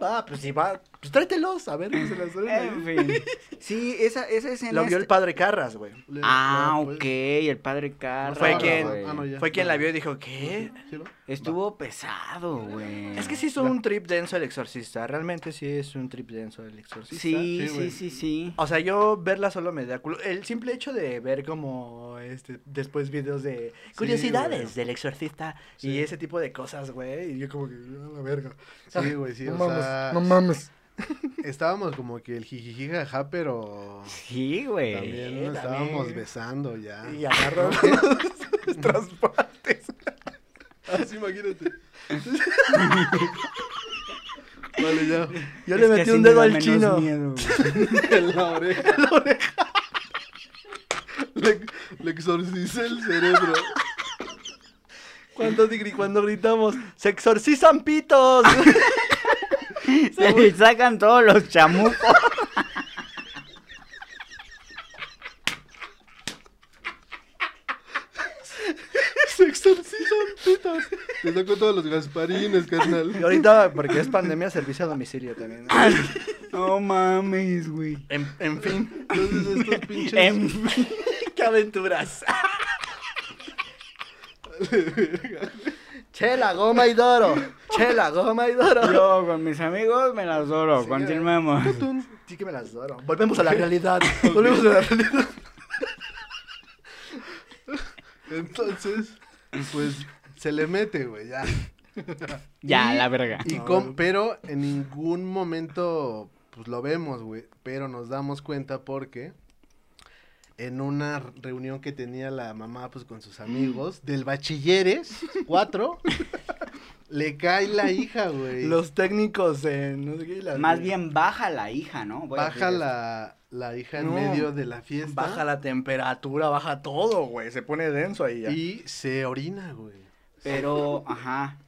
Speaker 3: va, va, pues si va, pues tráetelos, a ver cómo se las
Speaker 2: En
Speaker 3: duele.
Speaker 2: fin. este Sí, esa, esa escena.
Speaker 3: Lo vio el
Speaker 2: está-
Speaker 3: padre Carras, güey.
Speaker 4: Le-
Speaker 2: Ah,
Speaker 4: no, pues,
Speaker 2: ok, el padre Carras.
Speaker 3: Fue
Speaker 4: no,
Speaker 3: quien-
Speaker 2: güey.
Speaker 4: ah, no, ya.
Speaker 3: Fue quien la vio y dijo, ¿qué?
Speaker 4: ¿Quiero?
Speaker 2: Estuvo pesado, güey.
Speaker 3: Es que sí hizo un trip denso el exorcista, realmente sí es un trip denso el exorcista.
Speaker 2: Sí,
Speaker 4: Sí,
Speaker 2: sí,
Speaker 4: güey.
Speaker 2: sí, sí.
Speaker 3: O sea, yo verla solo me da culo. El simple hecho de ver como este después videos de curiosidades
Speaker 4: güey.
Speaker 3: del exorcista
Speaker 4: Sí.
Speaker 3: y ese tipo de cosas, güey, y yo como que "Ah, la verga.
Speaker 4: Sí, güey, sí, o sea, estábamos como que el jijiji jaja, pero
Speaker 2: Sí, güey.
Speaker 4: también
Speaker 3: eh,
Speaker 4: nos estábamos
Speaker 3: también.
Speaker 4: besando ya.
Speaker 3: Y agarró los transportes.
Speaker 4: Así Ah, imagínate. vale, ya.
Speaker 3: Yo
Speaker 2: Es
Speaker 3: le
Speaker 2: que
Speaker 3: metí
Speaker 2: así
Speaker 3: un
Speaker 2: me
Speaker 3: dedo
Speaker 2: da
Speaker 3: al
Speaker 2: menos
Speaker 3: chino.
Speaker 2: miedo, güey.
Speaker 4: En la oreja. Le, le exorcicé el cerebro.
Speaker 3: Cuando, di- cuando gritamos, ¡se exorcizan pitos!
Speaker 2: Se le sacan todos los chamucos.
Speaker 4: Se exorcizan putas. Te saco todos los gasparines,
Speaker 3: y
Speaker 4: carnal.
Speaker 3: ahorita, porque es pandemia, servicio a domicilio también. ¿no?
Speaker 2: No mames, güey.
Speaker 3: En, en fin,
Speaker 4: Entonces estos pinches.
Speaker 2: Em,
Speaker 3: qué aventuras. Chela, goma y doro. Chela, goma y doro.
Speaker 2: yo con mis amigos me las doro. Continuemos.
Speaker 4: Tun.
Speaker 3: Sí que me las doro. Volvemos a la realidad. Volvemos a la realidad.
Speaker 4: Entonces, pues se le mete, güey, ya.
Speaker 2: Ya, la verga.
Speaker 4: Y
Speaker 3: No,
Speaker 4: con-
Speaker 3: güey.
Speaker 4: pero en ningún momento, pues lo vemos, güey. Pero nos damos cuenta porque en una reunión que tenía la mamá, pues con sus amigos del bachilleres 4, le cae la hija, güey.
Speaker 3: Los técnicos en... No sé qué, las-
Speaker 2: Más bien baja la hija, ¿no? Voy a
Speaker 4: Baja
Speaker 2: decir
Speaker 4: la, la hija en
Speaker 3: No.
Speaker 4: medio de la fiesta
Speaker 3: Baja la temperatura, baja todo, güey. Se pone denso ahí ya.
Speaker 4: y se orina, güey.
Speaker 2: eso. Pero, ajá.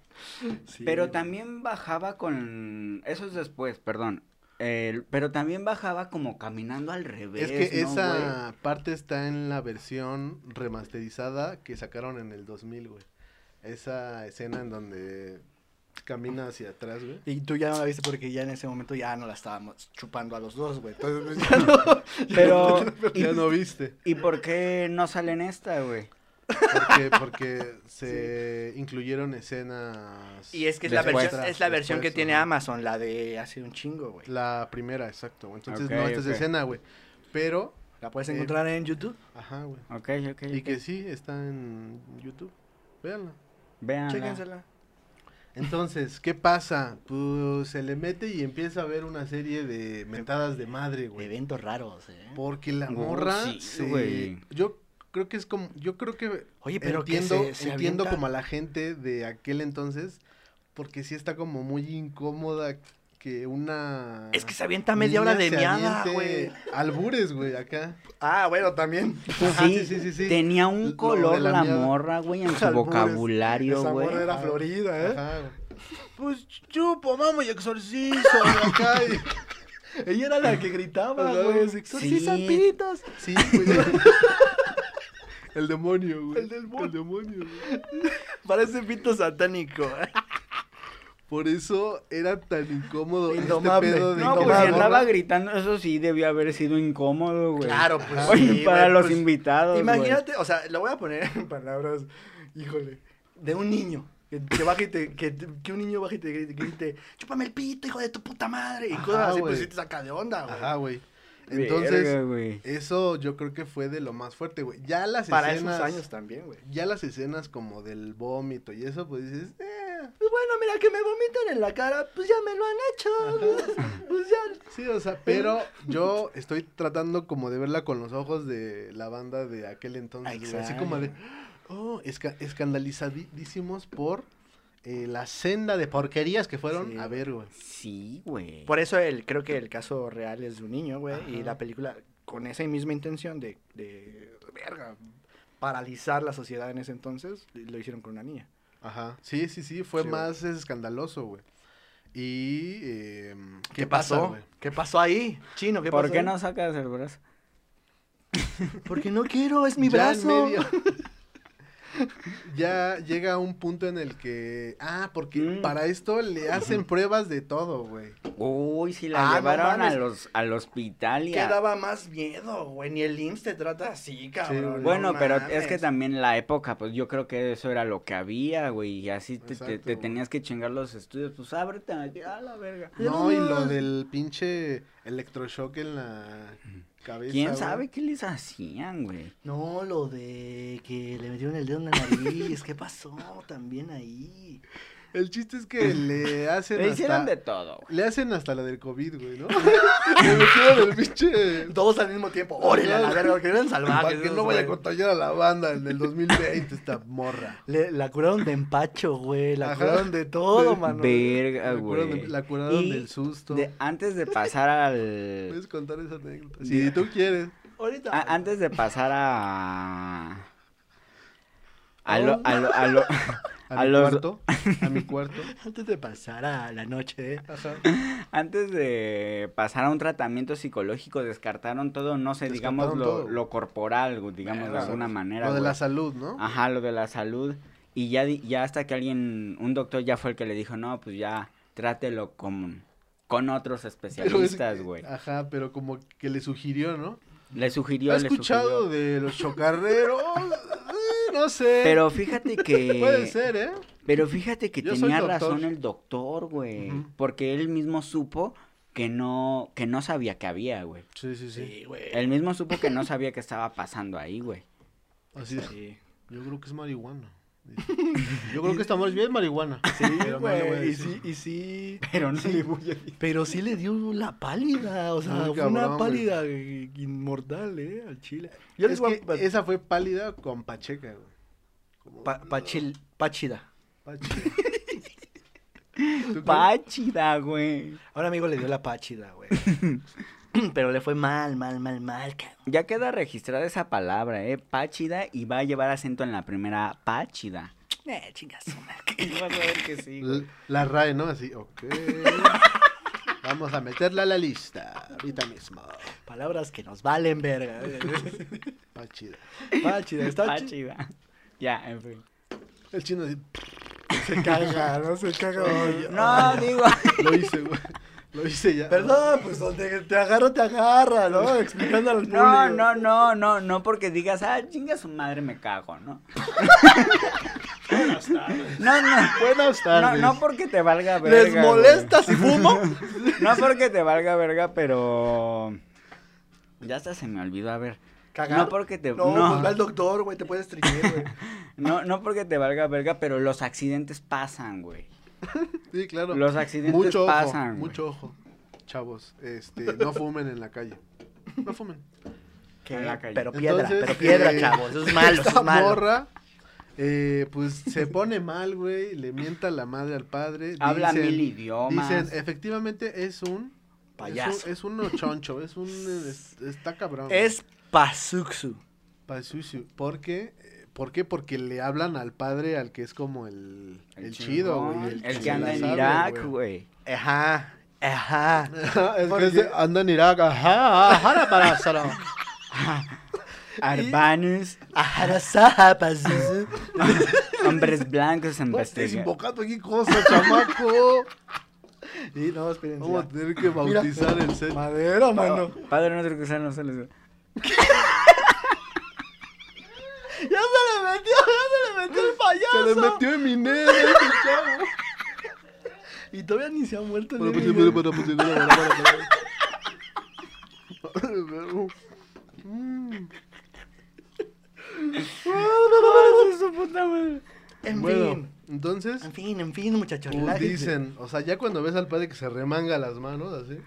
Speaker 3: Sí,
Speaker 2: pero
Speaker 3: güey.
Speaker 2: también bajaba con. Eso es después, perdón. El- pero también bajaba como caminando al revés.
Speaker 4: Es que
Speaker 2: ¿no,
Speaker 4: esa parte está en la versión remasterizada que sacaron en el 2000, güey. Esa escena en donde camina hacia atrás, güey.
Speaker 3: Y tú ya no la viste porque ya en ese momento ya no la estábamos chupando a los dos, güey. Entonces pues, ya no.
Speaker 2: güey? Pero.
Speaker 4: Ya no viste,
Speaker 2: ¿Y por qué no sale en esta, güey?
Speaker 4: porque, porque se incluyeron escenas.
Speaker 3: Y es que es la
Speaker 2: Después.
Speaker 3: versión, es la versión
Speaker 4: después,
Speaker 3: que tiene
Speaker 4: ajá.
Speaker 3: Amazon, la de hace un chingo, güey.
Speaker 4: La primera, exacto. güey. Entonces
Speaker 2: Ok,
Speaker 4: no esta es
Speaker 2: ok.
Speaker 4: escena, güey. Pero,
Speaker 3: La puedes
Speaker 4: Eh,
Speaker 3: encontrar en YouTube.
Speaker 4: ajá, güey.
Speaker 2: Ok, ok.
Speaker 4: Y
Speaker 2: ok.
Speaker 4: que sí está en YouTube. Véanla.
Speaker 2: Véanla.
Speaker 3: Chéquensela.
Speaker 4: Entonces, ¿qué pasa? Pues se le mete y empieza a ver una serie de mentadas de madre, güey.
Speaker 3: Eventos raros, eh.
Speaker 4: Porque la
Speaker 2: No,
Speaker 4: morra
Speaker 2: sí,
Speaker 4: se-
Speaker 2: güey.
Speaker 4: yo creo que es como yo creo que
Speaker 3: Oye, pero que
Speaker 4: entiendo
Speaker 3: se- se
Speaker 4: entiendo
Speaker 3: avienta-
Speaker 4: como a la gente de aquel entonces porque sí está como muy incómoda que una
Speaker 3: Es que se avienta media hora
Speaker 4: niña
Speaker 3: de
Speaker 4: se
Speaker 3: miada,
Speaker 4: aviente
Speaker 3: güey.
Speaker 4: Albures, güey, acá.
Speaker 3: Ah, bueno, también.
Speaker 4: Ajá,
Speaker 2: Sí,
Speaker 4: sí, sí, sí.
Speaker 2: Tenía
Speaker 4: Lo
Speaker 2: un
Speaker 4: de
Speaker 2: color
Speaker 4: la
Speaker 2: la,
Speaker 4: mierda.
Speaker 2: morra, güey, en su
Speaker 3: Albures.
Speaker 2: vocabulario,
Speaker 3: Esa
Speaker 2: güey.
Speaker 3: morra era florida, ¿eh?
Speaker 4: Ajá.
Speaker 3: Pues chupo, mamo y exorcizo.
Speaker 4: Acá y-
Speaker 3: Ella era la que gritaba,
Speaker 4: Ajá.
Speaker 3: güey. se Exorcizan
Speaker 2: Sí.
Speaker 3: pitos.
Speaker 4: Sí, güey. El demonio, güey.
Speaker 3: El demonio.
Speaker 4: El demonio, güey.
Speaker 3: Parece pito satánico.
Speaker 4: Por eso era tan incómodo
Speaker 3: Indomable.
Speaker 4: este pedo de
Speaker 2: No,
Speaker 4: que
Speaker 2: pues
Speaker 4: la
Speaker 2: si
Speaker 4: morra-
Speaker 2: andaba gritando, eso sí debió haber sido incómodo, güey.
Speaker 3: Claro, pues.
Speaker 2: Oye,
Speaker 3: sí,
Speaker 2: para
Speaker 3: güey,
Speaker 2: los
Speaker 3: pues,
Speaker 2: invitados,
Speaker 3: Imagínate, o sea, lo voy a poner en palabras, híjole, de un niño. Que, que baje y te, que, que un niño baje y te grite, grite, chúpame el pito, hijo de tu puta madre. Y
Speaker 4: Ajá,
Speaker 3: cosas así,
Speaker 4: güey.
Speaker 3: pues sí te saca de onda, güey.
Speaker 4: Ajá, güey. Entonces,
Speaker 2: Verga, güey.
Speaker 4: eso yo creo que fue de lo más fuerte, güey. Ya las
Speaker 3: Para
Speaker 4: escenas.
Speaker 3: esos años también, güey.
Speaker 4: Ya las escenas como del vómito y eso, pues dices, eh.
Speaker 3: Pues bueno, mira que me vomitan en la cara, pues ya me lo han hecho. Pues, pues ya.
Speaker 4: Sí, o sea, pero yo estoy tratando como de verla con los ojos de la banda de aquel entonces, güey. Así como de, oh, esca- escandalizadísimos por eh, la senda de porquerías que fueron
Speaker 3: Sí.
Speaker 4: a ver, güey.
Speaker 2: Sí, güey.
Speaker 3: Por eso el, creo que el caso real es de un niño, güey. Y
Speaker 4: Ajá.
Speaker 3: la película con esa misma intención de, de verga, paralizar la sociedad en ese entonces, lo hicieron con una niña.
Speaker 4: Ajá. Sí, sí, sí, fue
Speaker 3: Sí, güey.
Speaker 4: más escandaloso, güey. Y... eh,
Speaker 3: ¿Qué
Speaker 4: pasa,
Speaker 3: pasó?
Speaker 4: güey?
Speaker 3: ¿Qué pasó ahí? Chino, ¿qué
Speaker 2: ¿Por
Speaker 3: pasó
Speaker 2: qué
Speaker 3: ahí?
Speaker 2: no sacas el brazo?
Speaker 3: Porque no quiero, es mi
Speaker 4: Ya en
Speaker 3: brazo.
Speaker 4: medio. ya llega un punto en el que... Ah, porque
Speaker 2: Mm.
Speaker 4: para esto le hacen pruebas de todo, güey.
Speaker 2: Uy, si la
Speaker 3: Ah, no
Speaker 2: llevaron a
Speaker 3: mames.
Speaker 2: los, al hospital y a-
Speaker 3: Quedaba más miedo, güey. Ni el IMSS te trata así, cabrón.
Speaker 4: güey.
Speaker 3: no
Speaker 2: Bueno, pero es que
Speaker 3: mames.
Speaker 2: también la época, pues yo creo que eso era lo que había, güey. Y así te, te- te
Speaker 4: Exacto, güey.
Speaker 2: tenías que chingar los estudios. Pues ábrete a la verga.
Speaker 4: No, y lo del pinche electroshock en la cabeza.
Speaker 2: ¿Quién
Speaker 4: güey.
Speaker 2: sabe qué les hacían, güey?
Speaker 3: No, lo de que le metieron el dedo en la nariz. ¿Qué pasó también ahí?
Speaker 4: El chiste es que le hacen
Speaker 2: Le hicieron
Speaker 4: hasta...
Speaker 2: de todo, güey.
Speaker 4: Le hacen hasta la del COVID, güey, ¿no? Le metieron el pinche...
Speaker 3: Todos al mismo tiempo. Órale, a la verga, que eran salvajes.
Speaker 4: Para que
Speaker 3: esos,
Speaker 4: no vaya a
Speaker 3: güey.
Speaker 4: contagiar a la banda en el 2020 esta morra.
Speaker 3: Le- la curaron de empacho, güey. La
Speaker 4: Ajá.
Speaker 3: curaron de todo, mano.
Speaker 2: Verga,
Speaker 4: La curaron,
Speaker 2: güey.
Speaker 4: de- la curaron
Speaker 2: Y
Speaker 4: del susto.
Speaker 2: de- antes de pasar al.
Speaker 4: Puedes contar esa anécdota.
Speaker 2: Ya.
Speaker 4: Si tú quieres.
Speaker 3: Ahorita.
Speaker 2: a- antes de pasar a. A lo. A lo. A, lo-
Speaker 4: A,
Speaker 2: a
Speaker 4: mi
Speaker 2: los.
Speaker 4: cuarto. A mi cuarto.
Speaker 3: Antes de pasar a la noche. eh,
Speaker 4: Ajá.
Speaker 2: Antes de pasar a un tratamiento psicológico, descartaron todo, no sé, digamos
Speaker 4: Descartaron
Speaker 2: lo,
Speaker 4: todo.
Speaker 2: lo corporal, güey, digamos de
Speaker 4: Verga,
Speaker 2: alguna
Speaker 4: güey.
Speaker 2: manera.
Speaker 4: Lo de
Speaker 2: güey. Ah,
Speaker 4: la salud, ¿no?
Speaker 2: Ajá, lo de la salud. Y ya, di- ya hasta que alguien, un doctor ya fue el que le dijo, no, pues ya trátelo con, con otros
Speaker 4: Pero es- ah,
Speaker 2: especialistas, güey.
Speaker 4: Ajá, pero como que le sugirió, ¿no?
Speaker 2: Le sugirió,
Speaker 4: ¿Has
Speaker 2: le
Speaker 4: escuchado
Speaker 2: sugirió.
Speaker 4: de los chocarreros? Eh, no sé.
Speaker 2: Pero fíjate que...
Speaker 4: Puede ser, ¿eh?
Speaker 2: Pero fíjate que
Speaker 4: Yo soy
Speaker 2: tenía
Speaker 4: doctor.
Speaker 2: razón el doctor, güey.
Speaker 4: Ujú.
Speaker 2: Porque él mismo supo que no, que no sabía que había, güey.
Speaker 4: Sí, sí, sí.
Speaker 3: Sí, güey.
Speaker 2: Él mismo supo que no sabía que estaba pasando ahí, güey.
Speaker 4: Así es.
Speaker 3: Sí.
Speaker 4: Yo creo que es marihuana. dice. Yo creo que esta mar es bien marihuana. Sí, pero no le voy a
Speaker 3: Güey, y
Speaker 4: decir.
Speaker 3: sí, y sí.
Speaker 2: Pero no le voy a
Speaker 3: Pero sí le dio la pálida, o sea,
Speaker 4: Ay,
Speaker 3: fue
Speaker 4: cabrón,
Speaker 3: una pálida eh, inmortal, ¿eh? Al chile. Yo les
Speaker 4: Es
Speaker 3: voy
Speaker 4: que
Speaker 3: a... pa-
Speaker 4: esa fue pálida con Pacheca, güey. Como-
Speaker 3: pa- pachil- Pachida.
Speaker 4: Pacheca. ¿Tú qué?
Speaker 2: Páchida, güey.
Speaker 3: A un amigo le dio la pachida, güey. Pero le fue mal, mal, mal, mal, cabrón.
Speaker 2: Ya queda registrada esa palabra, ¿eh? Páchida y va a llevar acento en la primera páchida.
Speaker 3: Eh, chingas,
Speaker 2: Vas a ver que sí.
Speaker 4: L- La RAE, ¿no? Así, ok. Vamos a meterla a la lista. Ahorita mismo.
Speaker 3: Palabras que nos valen verga.
Speaker 4: Pachida.
Speaker 3: Pachida, está chi-
Speaker 2: Páchida. Ya, en fin.
Speaker 4: El chino así,
Speaker 3: Se caga, no se caga. oye,
Speaker 2: No,
Speaker 3: oye.
Speaker 2: digo.
Speaker 4: lo hice, güey. Lo hice ya.
Speaker 3: Perdón, pues donde te agarra, te agarra, ¿no? Explicando al público.
Speaker 2: No, no, no, no, no porque digas, ah, chinga su madre, me cago, ¿no? No, no.
Speaker 4: Buenas
Speaker 2: No,
Speaker 4: tardes.
Speaker 2: no porque te valga verga.
Speaker 3: ¿Les molesta si fumo?
Speaker 2: güey. No porque te valga verga, pero. Ya hasta se me olvidó, a ver.
Speaker 3: ¿Cagar?
Speaker 2: No porque te.
Speaker 3: No,
Speaker 2: no.
Speaker 3: pues va al doctor, güey, te puedes triñir, güey.
Speaker 2: No, no porque te valga verga, pero los accidentes pasan, güey.
Speaker 4: Sí, claro.
Speaker 2: Los accidentes
Speaker 4: mucho ojo,
Speaker 2: pasan. güey.
Speaker 4: mucho ojo. Chavos, este, no fumen en la calle. No fumen.
Speaker 3: ¿Qué?
Speaker 2: En la calle.
Speaker 3: Pero piedra,
Speaker 4: Entonces,
Speaker 3: pero piedra,
Speaker 4: eh,
Speaker 3: chavos. Eso es malo, eso
Speaker 4: Esta
Speaker 3: es malo.
Speaker 4: morra, eh, pues se pone mal, güey, le mienta la madre al padre.
Speaker 2: Habla
Speaker 4: dicen-
Speaker 2: mil idiomas.
Speaker 4: Dicen, efectivamente es un
Speaker 3: Payaso.
Speaker 4: Es un, es un choncho, es un eh, es- está cabrón. güey.
Speaker 3: Es Pazuxu.
Speaker 4: Pazuzu. ¿Por qué? Eh, ¿Por qué? Porque le hablan al padre al que es como el, el, chido,
Speaker 2: chingón,
Speaker 4: güey.
Speaker 2: El que
Speaker 4: se
Speaker 2: anda
Speaker 4: la
Speaker 2: en
Speaker 4: sabe,
Speaker 2: Irak, güey.
Speaker 3: Ajá, ajá.
Speaker 4: es que
Speaker 3: Porque-
Speaker 4: es de- anda en Irak, ajá, ajá, para Sara.
Speaker 2: Arbanus,
Speaker 3: Ajá, ajá, Pazuxu.
Speaker 2: hombres blancos en
Speaker 4: No estés
Speaker 2: investigación.
Speaker 4: invocando aquí cosas, chamaco.
Speaker 3: Sí, no, espérense.
Speaker 4: Vamos a
Speaker 3: ya.
Speaker 4: tener que bautizar el set.
Speaker 3: Madera, mano.
Speaker 2: Padre nuestro que sea, no se les...
Speaker 3: Ya se le metió, ya se le metió el
Speaker 4: Se
Speaker 3: payaso.
Speaker 4: le metió Eminem a este chavo.
Speaker 3: Y todavía ni se ha muerto. el
Speaker 4: Bueno, pues, bueno,
Speaker 3: niño.
Speaker 4: bueno, pues, bueno, bueno, bueno, bueno. Mm. pues,
Speaker 3: En
Speaker 4: bueno,
Speaker 3: fin.
Speaker 4: entonces,
Speaker 3: En fin, en fin, muchachos.
Speaker 4: pues,
Speaker 3: relájense.
Speaker 4: dicen, o sea, ya cuando ves al padre que se remanga las manos así,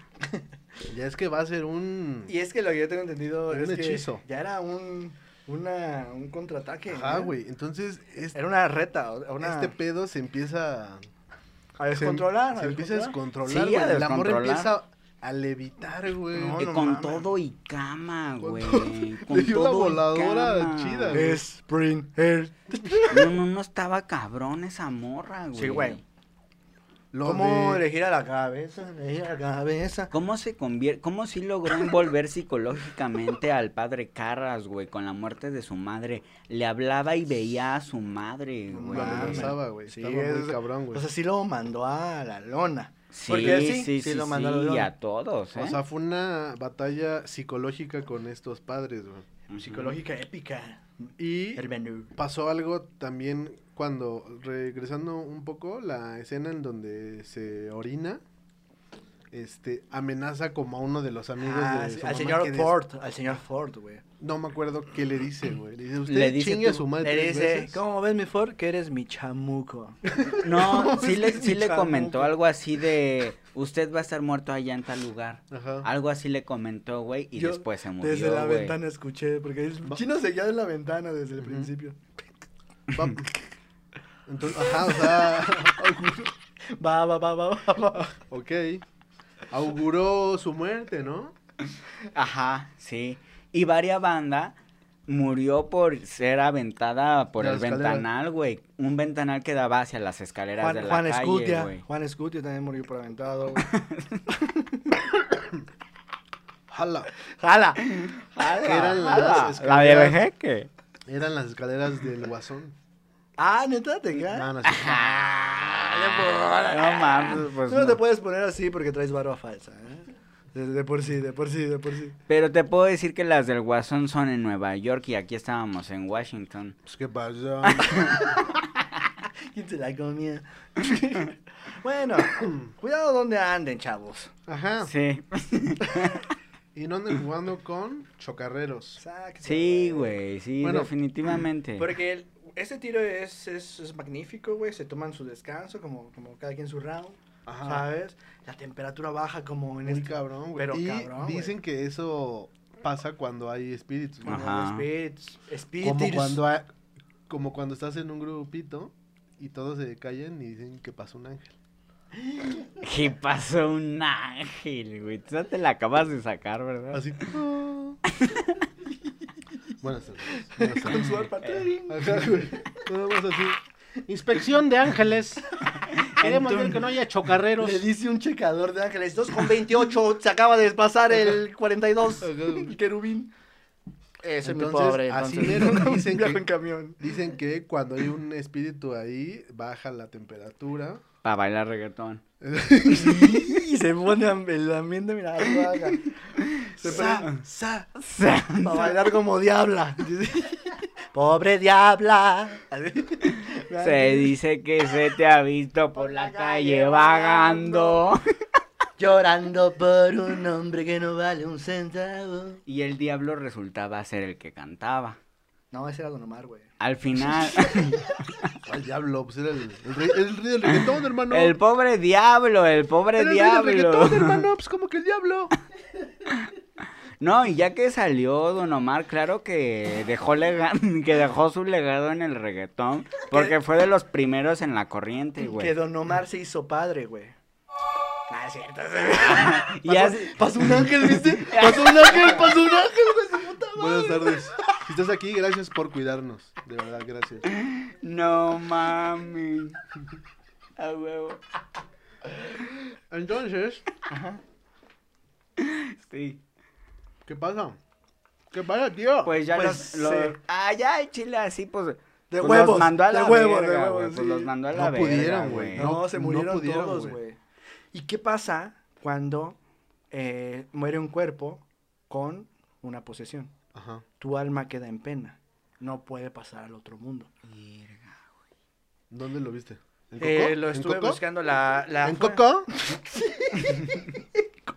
Speaker 4: ya es que va a ser un...
Speaker 3: Y es que lo que yo tengo entendido
Speaker 4: Era
Speaker 3: es
Speaker 4: un
Speaker 3: que
Speaker 4: hechizo.
Speaker 3: ya era un, una, un contraataque.
Speaker 4: Ajá,
Speaker 3: ¿no?
Speaker 4: güey, entonces es-
Speaker 3: Era una reta, o- una...
Speaker 4: este pedo se empieza a...
Speaker 3: a
Speaker 4: se- em-
Speaker 3: descontrolar.
Speaker 4: Se,
Speaker 3: a
Speaker 4: empieza a
Speaker 3: descontrolar.
Speaker 4: descontrolar,
Speaker 2: Sí, a
Speaker 4: güey, La morra
Speaker 2: descontrolar.
Speaker 4: empieza a levitar, güey.
Speaker 3: No,
Speaker 2: Eh,
Speaker 3: no
Speaker 2: con
Speaker 3: mames.
Speaker 2: todo y cama,
Speaker 4: Con
Speaker 2: güey.
Speaker 4: todo-
Speaker 2: Con
Speaker 4: le dio la
Speaker 2: todo y
Speaker 4: voladora
Speaker 2: cama.
Speaker 4: chida, güey.
Speaker 3: Spring Air.
Speaker 2: No, no, no estaba cabrón esa morra, güey.
Speaker 3: Sí, güey.
Speaker 4: Lo
Speaker 3: ¿Cómo
Speaker 4: de-
Speaker 3: le gira la cabeza? Le gira la cabeza.
Speaker 2: ¿Cómo se convierte, cómo sí logró envolver psicológicamente al padre Carras, güey, con la muerte de su madre? Le hablaba y veía a su madre,
Speaker 3: No
Speaker 2: güey.
Speaker 4: Lo amenazaba, güey.
Speaker 3: Sí,
Speaker 4: Estaba muy
Speaker 3: es-
Speaker 4: cabrón, güey.
Speaker 3: O sea, sí lo mandó a la lona.
Speaker 2: Sí,
Speaker 3: Porque así,
Speaker 2: sí, sí,
Speaker 3: sí lo
Speaker 2: sí,
Speaker 3: mandaron
Speaker 2: y
Speaker 3: luego.
Speaker 2: a todos, ¿eh?
Speaker 4: O sea, fue una batalla psicológica con estos padres, güey.
Speaker 2: Ujú.
Speaker 3: Psicológica épica.
Speaker 4: Y
Speaker 3: El menú.
Speaker 4: pasó algo también cuando, regresando un poco, la escena en donde se orina, este, amenaza como a uno de los amigos
Speaker 3: Ah,
Speaker 4: de
Speaker 3: sí,
Speaker 4: su
Speaker 3: al
Speaker 4: mamá
Speaker 3: señor
Speaker 4: que des-
Speaker 3: Ford, al señor Ford, güey.
Speaker 4: No me acuerdo qué le dice, güey. Le dice, usted
Speaker 2: Le dice
Speaker 4: chingue a
Speaker 2: tú-
Speaker 4: su madre
Speaker 3: Le
Speaker 4: tres
Speaker 3: dice,
Speaker 4: veces".
Speaker 3: ¿cómo ves mi Ford? Que eres mi chamuco.
Speaker 2: No,
Speaker 3: ¿Cómo
Speaker 2: sí
Speaker 3: es
Speaker 2: le,
Speaker 3: que
Speaker 2: sí
Speaker 3: mi
Speaker 2: le
Speaker 3: chamuco?
Speaker 2: comentó algo así de, usted va a estar muerto allá en tal lugar.
Speaker 4: Ajá.
Speaker 2: Algo así le comentó, güey, y
Speaker 3: Yo,
Speaker 2: después se murió,
Speaker 3: Desde la
Speaker 2: güey.
Speaker 3: ventana escuché, porque el
Speaker 4: Va-
Speaker 3: chino seguía en la ventana desde el
Speaker 4: Ujú.
Speaker 3: principio.
Speaker 4: Va- Entonces, ajá, o sea,
Speaker 3: Va, va, va, va, va, va.
Speaker 4: ok. Auguró su muerte, ¿no?
Speaker 2: Ajá, sí. Y varia banda murió por ser aventada por
Speaker 4: De
Speaker 2: el
Speaker 4: las escaleras.
Speaker 2: ventanal, güey. Un ventanal que daba hacia las escaleras de
Speaker 3: Juan,
Speaker 2: la
Speaker 3: Juan
Speaker 2: calle,
Speaker 3: Escutia,
Speaker 2: güey.
Speaker 3: Juan Escutia también murió por aventado. güey.
Speaker 4: Jala.
Speaker 3: ¡Jala!
Speaker 4: Que eran las
Speaker 2: Ah, La
Speaker 4: escaleras-
Speaker 2: del jeque.
Speaker 4: Eran las escaleras del guasón.
Speaker 3: Ah, neta, te
Speaker 4: No,
Speaker 3: cae.
Speaker 4: no, sí.
Speaker 2: No mames, pues
Speaker 3: no, te
Speaker 2: no.
Speaker 3: puedes poner así porque traes barba falsa, ¿eh? De, de por sí, de por sí, de por sí.
Speaker 2: Pero te puedo decir que las del Guasón son en Nueva York y aquí estábamos en Washington.
Speaker 4: Pues qué pasa.
Speaker 3: ¿Quién se la comía? bueno, cuidado donde anden, chavos.
Speaker 4: Ajá.
Speaker 2: Sí.
Speaker 4: Y no anden jugando con chocarreros.
Speaker 3: Sáquese,
Speaker 2: Sí, güey, sí,
Speaker 4: Bueno,
Speaker 2: definitivamente.
Speaker 3: Porque el- este tiro es, es, es magnífico, güey. Se toman su descanso, como, como cada quien su round,
Speaker 4: Ajá.
Speaker 3: ¿sabes? La temperatura baja como en
Speaker 4: Muy
Speaker 3: este-
Speaker 4: cabrón, güey.
Speaker 3: Pero
Speaker 4: Y
Speaker 3: cabrón, güey.
Speaker 4: dicen que eso pasa cuando hay espíritus. güey.
Speaker 3: como
Speaker 2: Ajá.
Speaker 3: espíritus. Espíritus.
Speaker 4: Como cuando hay- como cuando estás en un grupito y todos se callan y dicen que pasó un ángel.
Speaker 2: ¿Qué pasó un ángel, güey? Tú ya te la acabas de sacar, ¿verdad?
Speaker 4: Así. "Ah". Buenas tardes. Buenas
Speaker 3: Con
Speaker 4: tardes. Eh,
Speaker 3: su arpa. ¡Tirín!
Speaker 4: Ajá, güey. Nada más así.
Speaker 5: Inspección de ángeles. Queremos ver que no haya chocarreros.
Speaker 3: Le dice un checador de ángeles, 2 con 28, se acaba de pasar el 42, el querubín. Eso es mi
Speaker 4: Entonces,
Speaker 3: pobre,
Speaker 4: así
Speaker 3: entonces.
Speaker 4: mero, dicen
Speaker 3: Viajo
Speaker 4: que-
Speaker 3: en camión.
Speaker 4: Dicen que cuando hay un espíritu ahí, baja la temperatura.
Speaker 2: Para bailar reggaetón.
Speaker 3: Y se pone am- el ambiente, mira, vaga. Se pone sa, para bailar como diabla. Pobre diabla.
Speaker 2: Se dice que se te ha visto por la calle vagando.
Speaker 3: Llorando por un hombre que no vale un centavo.
Speaker 2: Y el diablo resultaba ser el que cantaba.
Speaker 3: No, ese era Don Omar, güey.
Speaker 2: Al final,
Speaker 4: Al diablo, pues era el, el rey, el rey del reggaetón, hermano.
Speaker 2: el pobre diablo, el pobre
Speaker 4: Era el rey del
Speaker 2: diablo.
Speaker 4: reggaetón, hermano, pues como que el diablo.
Speaker 2: No, y ya que salió Don Omar, claro que dejó, lega- que dejó su legado en el reggaetón, porque fue de los primeros en la corriente,
Speaker 3: Que
Speaker 2: güey.
Speaker 3: Don Omar se hizo padre, güey. Ah, es cierto.
Speaker 2: Y ya
Speaker 3: Pasó-
Speaker 2: se-
Speaker 3: Pasó un ángel, ¿viste? Pasó un ángel, pasó un ángel, güey, su puta madre.
Speaker 4: Buenas tardes. Si estás aquí, gracias por cuidarnos. De verdad, gracias.
Speaker 2: No mames. A huevo.
Speaker 4: Entonces,
Speaker 2: Sí.
Speaker 4: ¿qué pasa? ¿Qué pasa, tío?
Speaker 2: Pues ya
Speaker 3: Pues,
Speaker 2: los, los-
Speaker 3: sí.
Speaker 2: Ah, ya el chile así, pues.
Speaker 3: De
Speaker 2: pues
Speaker 3: huevos,
Speaker 2: Los mandó a
Speaker 3: de
Speaker 2: la
Speaker 3: huevos, de
Speaker 2: verga,
Speaker 3: huevos,
Speaker 2: güey, pues
Speaker 3: sí.
Speaker 2: los mandó a la
Speaker 4: No
Speaker 2: verga,
Speaker 4: pudieron, güey,
Speaker 3: No,
Speaker 4: No,
Speaker 3: se
Speaker 4: no
Speaker 3: murieron
Speaker 4: pudieron,
Speaker 3: todos,
Speaker 4: güey.
Speaker 3: güey. ¿Y qué pasa cuando eh, muere un cuerpo con una posesión?
Speaker 4: Ajá.
Speaker 3: Tu alma queda en pena. No puede pasar al otro mundo.
Speaker 4: ¿Dónde lo viste? ¿En
Speaker 3: Eh, lo
Speaker 4: ¿En
Speaker 3: estuve
Speaker 4: Coco?
Speaker 3: buscando la... la
Speaker 4: ¿En
Speaker 3: fue-
Speaker 4: Coco?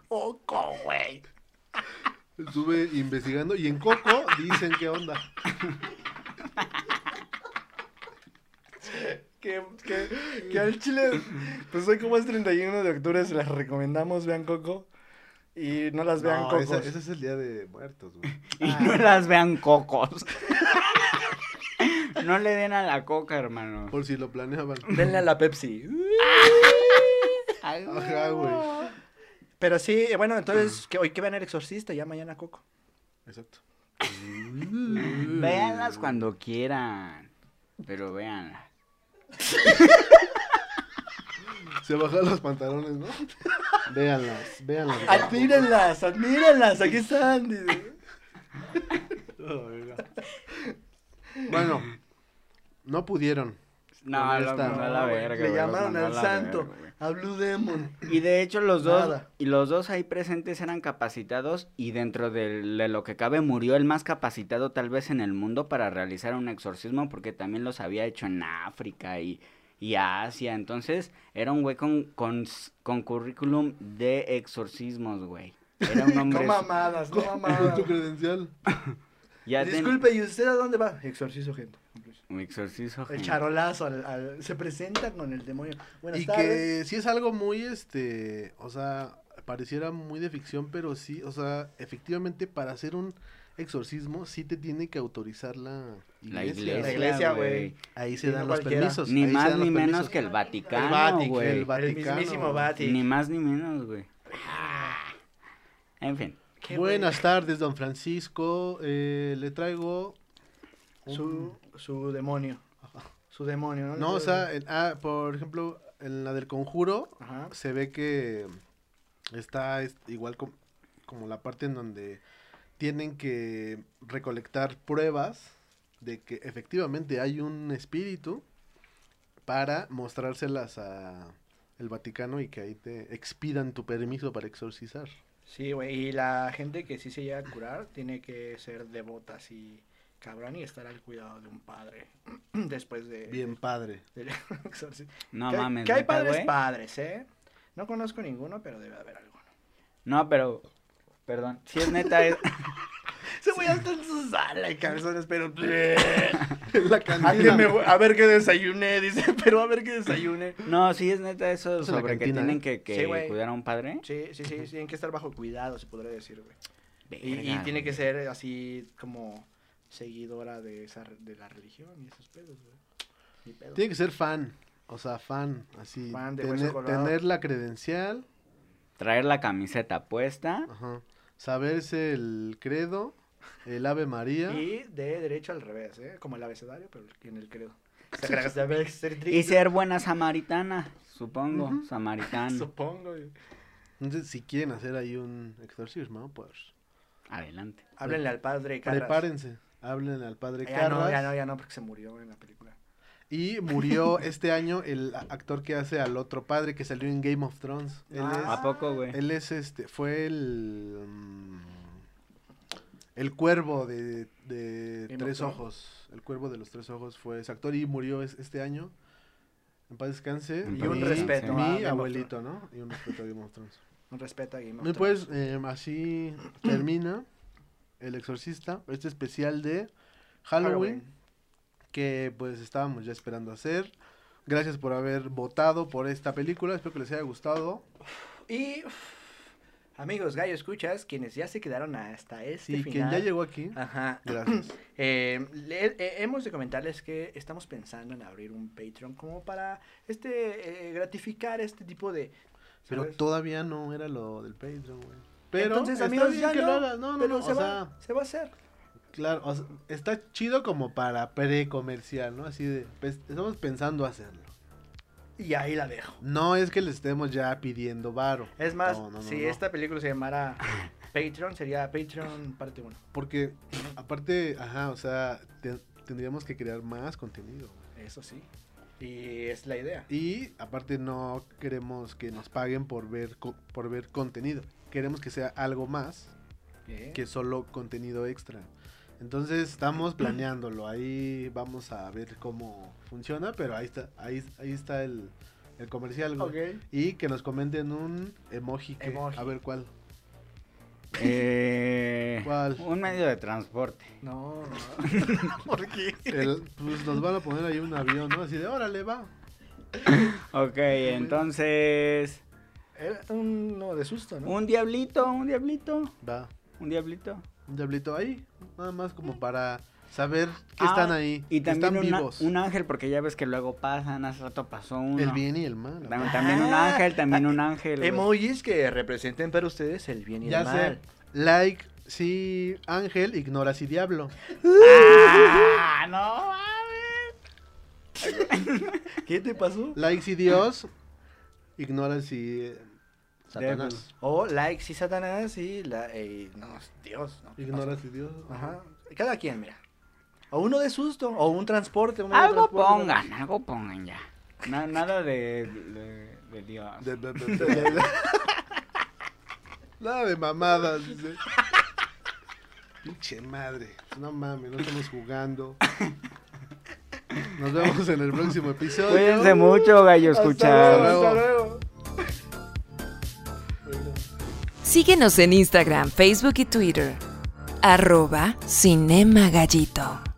Speaker 3: Coco, güey.
Speaker 4: Estuve investigando y en Coco dicen qué onda.
Speaker 3: Que, que, que al chile, pues hoy como es 31 de octubre, se las recomendamos, vean Coco. Y no las Pues vean
Speaker 4: No,
Speaker 3: Coco.
Speaker 4: esa- ese es el día de muertos, güey.
Speaker 2: Y
Speaker 3: Ah.
Speaker 2: no las vean cocos. No le den a la coca, hermano.
Speaker 4: Por si lo planeaban.
Speaker 3: Denle a la Pepsi.
Speaker 2: Ay, güey.
Speaker 4: Ajá, güey.
Speaker 3: Pero sí, eh, bueno,
Speaker 6: Entonces, que hoy que vean el exorcista, ya mañana Coco.
Speaker 4: Exacto.
Speaker 3: Mm.
Speaker 2: Véanlas cuando quieran. Pero véanlas.
Speaker 4: Se bajan los pantalones, ¿no? Véanlas, véanlas.
Speaker 3: Admírenlas, admírenlas, aquí están. dice.
Speaker 4: Bueno, no pudieron.
Speaker 2: No,
Speaker 4: Con
Speaker 2: lo
Speaker 4: esta,
Speaker 2: mandó a la
Speaker 4: no,
Speaker 2: verga.
Speaker 3: Le
Speaker 2: güey, lo
Speaker 3: llamaron
Speaker 2: mandó a
Speaker 3: al
Speaker 2: la
Speaker 3: santo,
Speaker 2: verga, güey.
Speaker 3: a Blue Demon.
Speaker 2: Y de hecho los dos
Speaker 3: Nada.
Speaker 2: y los dos ahí presentes eran capacitados y dentro del- de, lo que cabe murió el más capacitado tal vez en el mundo para realizar un exorcismo porque también los había hecho en África y, y Asia. Entonces era un güey con, con, s- con currículum de exorcismos, güey. Era un
Speaker 3: No
Speaker 2: hombre...
Speaker 3: mamadas, no
Speaker 4: Con
Speaker 3: mamadas.
Speaker 4: tu credencial.
Speaker 2: ya ten-
Speaker 3: Pues, Disculpe, ¿y usted a dónde va? Exorcizo, gente.
Speaker 2: Un exorcismo.
Speaker 3: El
Speaker 2: gente.
Speaker 3: charolazo al- al- se presenta con el demonio. Buenas
Speaker 4: y
Speaker 3: tardes.
Speaker 4: que sí es algo muy, este, o sea, pareciera muy de ficción, pero sí, o sea, efectivamente para hacer un exorcismo sí te tiene que autorizar la iglesia.
Speaker 2: La iglesia,
Speaker 3: La iglesia, güey.
Speaker 4: Ahí
Speaker 3: Y
Speaker 4: se
Speaker 3: no
Speaker 4: dan los
Speaker 3: cualquiera.
Speaker 4: permisos.
Speaker 2: Ni
Speaker 4: ahí se
Speaker 2: más
Speaker 4: dan los
Speaker 2: ni menos
Speaker 4: permisos.
Speaker 2: que el
Speaker 4: el
Speaker 2: Vaticano,
Speaker 4: Vaticano,
Speaker 2: güey.
Speaker 4: el Vaticano.
Speaker 3: el mismísimo
Speaker 4: güey.
Speaker 3: Bati.
Speaker 2: Ni más ni menos, güey. Ah. En fin.
Speaker 3: Qué
Speaker 4: Buenas tardes, don Francisco. Eh, le traigo... un-
Speaker 3: Su, su demonio. Su demonio, ¿no?
Speaker 4: No, o sea, en- ah, por ejemplo, en la del conjuro,
Speaker 3: Ajá.
Speaker 4: se ve que está es- igual com- como la parte en donde tienen que recolectar pruebas de que efectivamente hay un espíritu para mostrárselas a el Vaticano y que ahí te expidan tu permiso para exorcizar.
Speaker 3: Sí, güey. Y la gente que sí se llega a curar tiene que ser devota, así cabrón, y estar al cuidado de un padre después de.
Speaker 4: Bien padre.
Speaker 3: del exorcismo.
Speaker 2: No
Speaker 3: que,
Speaker 2: mames.
Speaker 3: que hay
Speaker 2: neta,
Speaker 3: padres
Speaker 2: güey.
Speaker 3: padres, ¿eh? No conozco ninguno, pero debe haber alguno.
Speaker 2: No, pero. Perdón. Si es neta, es.
Speaker 3: Se voy hasta en su sala y calzones, pero.
Speaker 4: la cantina.
Speaker 3: Alguien me voy- a ver qué desayuné, dice, pero a ver qué desayuné.
Speaker 2: No, si es neta eso
Speaker 4: Eso en la
Speaker 2: sobre que
Speaker 4: cantina,
Speaker 2: tienen
Speaker 4: ¿eh?
Speaker 2: que, que
Speaker 3: Sí, güey.
Speaker 2: cuidar a un padre.
Speaker 3: Sí, sí, sí, tienen que estar bajo cuidado, se podría decir, güey. Y,
Speaker 2: Verga,
Speaker 3: y tiene que
Speaker 2: güey.
Speaker 3: ser así como seguidora de esa re- de la religión y esos pedos, güey. Ni pedo.
Speaker 4: Tiene que ser fan. O sea, fan, así.
Speaker 3: Fan de hueso
Speaker 4: tener,
Speaker 3: colorado.
Speaker 4: tener la credencial,
Speaker 2: Traer la camiseta puesta.
Speaker 4: ajá, saberse el credo, el Ave María.
Speaker 3: Y de derecho al revés, ¿eh? Como el abecedario, pero en el credo. Saber ser
Speaker 2: Y
Speaker 3: triste,
Speaker 2: ser buena samaritana, supongo. Samaritano.
Speaker 3: Supongo. güey.
Speaker 4: Entonces, si quieren hacer ahí un exorcismo, pues
Speaker 2: Adelante.
Speaker 3: Háblenle al padre Carras. Ah,
Speaker 4: prepárense, háblenle al padre
Speaker 3: Ya no,
Speaker 4: Carras.
Speaker 3: ya no, ya no, porque se murió en la película.
Speaker 4: Y murió este año el a- actor que hace al otro padre que salió en Game of Thrones. Él,
Speaker 3: Ah.
Speaker 2: ¿A poco, güey?
Speaker 4: es, él es este, fue el mm, el cuervo de, de
Speaker 3: Game of
Speaker 4: tres
Speaker 3: Thrones.
Speaker 4: ojos. El cuervo de los tres ojos fue ese actor y murió es- este año. En paz descanse.
Speaker 2: En
Speaker 4: Y
Speaker 2: paz
Speaker 4: un
Speaker 2: descanse.
Speaker 4: respeto.
Speaker 3: Ah, Game
Speaker 4: Mi
Speaker 3: of
Speaker 4: abuelito, ¿no? Y un respeto a Game of Thrones.
Speaker 3: Un respeto a Game of
Speaker 4: Y
Speaker 3: Thrones.
Speaker 4: pues eh, así termina El Exorcista, este especial de Halloween, que pues estábamos ya esperando hacer. Gracias por haber votado por esta película, espero que les haya gustado.
Speaker 3: Y uf, amigos gallo escuchas, quienes ya se quedaron hasta este
Speaker 4: y quien
Speaker 3: final. Ah.
Speaker 4: ya llegó aquí,
Speaker 3: Ajá.
Speaker 4: gracias.
Speaker 3: Eh, le- eh, hemos de comentarles que estamos pensando en abrir un Patreon como para este eh, gratificar este tipo de.
Speaker 4: Pero
Speaker 3: ¿sabes?
Speaker 4: todavía no era lo del Patreon, güey. Pero
Speaker 3: Entonces,
Speaker 4: está
Speaker 3: amigos,
Speaker 4: bien
Speaker 3: ya
Speaker 4: que
Speaker 3: no,
Speaker 4: lo hagas. No, no,
Speaker 3: pero
Speaker 4: no,
Speaker 3: se,
Speaker 4: o
Speaker 3: va,
Speaker 4: sea,
Speaker 3: se va a hacer.
Speaker 4: claro, o sea, está chido como para precomercial, ¿no? Así de, pues, estamos pensando hacerlo.
Speaker 3: Y ahí la dejo.
Speaker 4: No es que le estemos ya pidiendo varo.
Speaker 3: Es más,
Speaker 4: No, no, no,
Speaker 3: si
Speaker 4: no.
Speaker 3: esta película se llamara Patreon, sería Patreon parte 1.
Speaker 4: Porque, aparte, ajá, o sea, te- tendríamos que crear más contenido.
Speaker 3: Eso sí. Y es la idea.
Speaker 4: Y, aparte, no queremos que nos paguen por ver, co- por ver contenido. Queremos que sea algo más
Speaker 3: ¿Eh?
Speaker 4: que solo contenido extra. Entonces, estamos planeándolo. Ahí vamos a ver cómo funciona, pero ahí está, ahí, ahí está el, el comercial. güey.
Speaker 3: Ok.
Speaker 4: Y que nos comenten un emoji. que-
Speaker 3: Emoji.
Speaker 4: A ver cuál.
Speaker 2: Eh,
Speaker 4: ¿Cuál?
Speaker 2: Un medio de transporte.
Speaker 3: No, no.
Speaker 7: ¿Por qué?
Speaker 4: El- pues nos van a poner ahí un avión, ¿no? Así de, órale, va.
Speaker 2: Ok, entonces.
Speaker 7: Era un no, de susto, ¿no?
Speaker 2: Un diablito, un diablito,
Speaker 4: Va.
Speaker 2: un diablito.
Speaker 4: Un diablito ahí. Nada más como para saber que
Speaker 2: Mm. Ah,
Speaker 4: están ahí.
Speaker 2: Y
Speaker 4: que
Speaker 2: también
Speaker 4: están
Speaker 2: una-
Speaker 4: vivos.
Speaker 2: un ángel, porque ya ves que luego pasan, hace rato pasó uno.
Speaker 4: El bien y el mal.
Speaker 2: Tam- También un
Speaker 3: Ah,
Speaker 2: ángel, también un ángel. güey.
Speaker 3: Emojis que representen para ustedes el bien y
Speaker 4: Ya
Speaker 3: el
Speaker 4: sé.
Speaker 3: mal.
Speaker 4: Like, sí, ángel, ignora si diablo.
Speaker 2: ¡Ah! ¡No mames!
Speaker 3: ¿Qué te pasó?
Speaker 4: Like si Dios, ignora si eh, Satanás.
Speaker 3: O Oh, like si Satanás y la. eh, no, Dios, ¿no? ¿Qué
Speaker 4: Ignora si Dios.
Speaker 3: pasó? Ajá. Cada quien, mira. O uno de susto, o un transporte. un medio de
Speaker 2: Algo
Speaker 3: transporte.
Speaker 2: pongan, algo pongan ya. Na- nada de, de, de Dios.
Speaker 4: De- de- de- de- de- Nada de mamadas. dice. Pinche madre. No mames, no estamos jugando. Nos vemos en el próximo episodio.
Speaker 2: Cuídense mucho, gallo escuchar.
Speaker 4: luego.
Speaker 3: Hasta luego.
Speaker 1: Síguenos en Instagram, Facebook y Twitter. Arroba Cinema Gallito.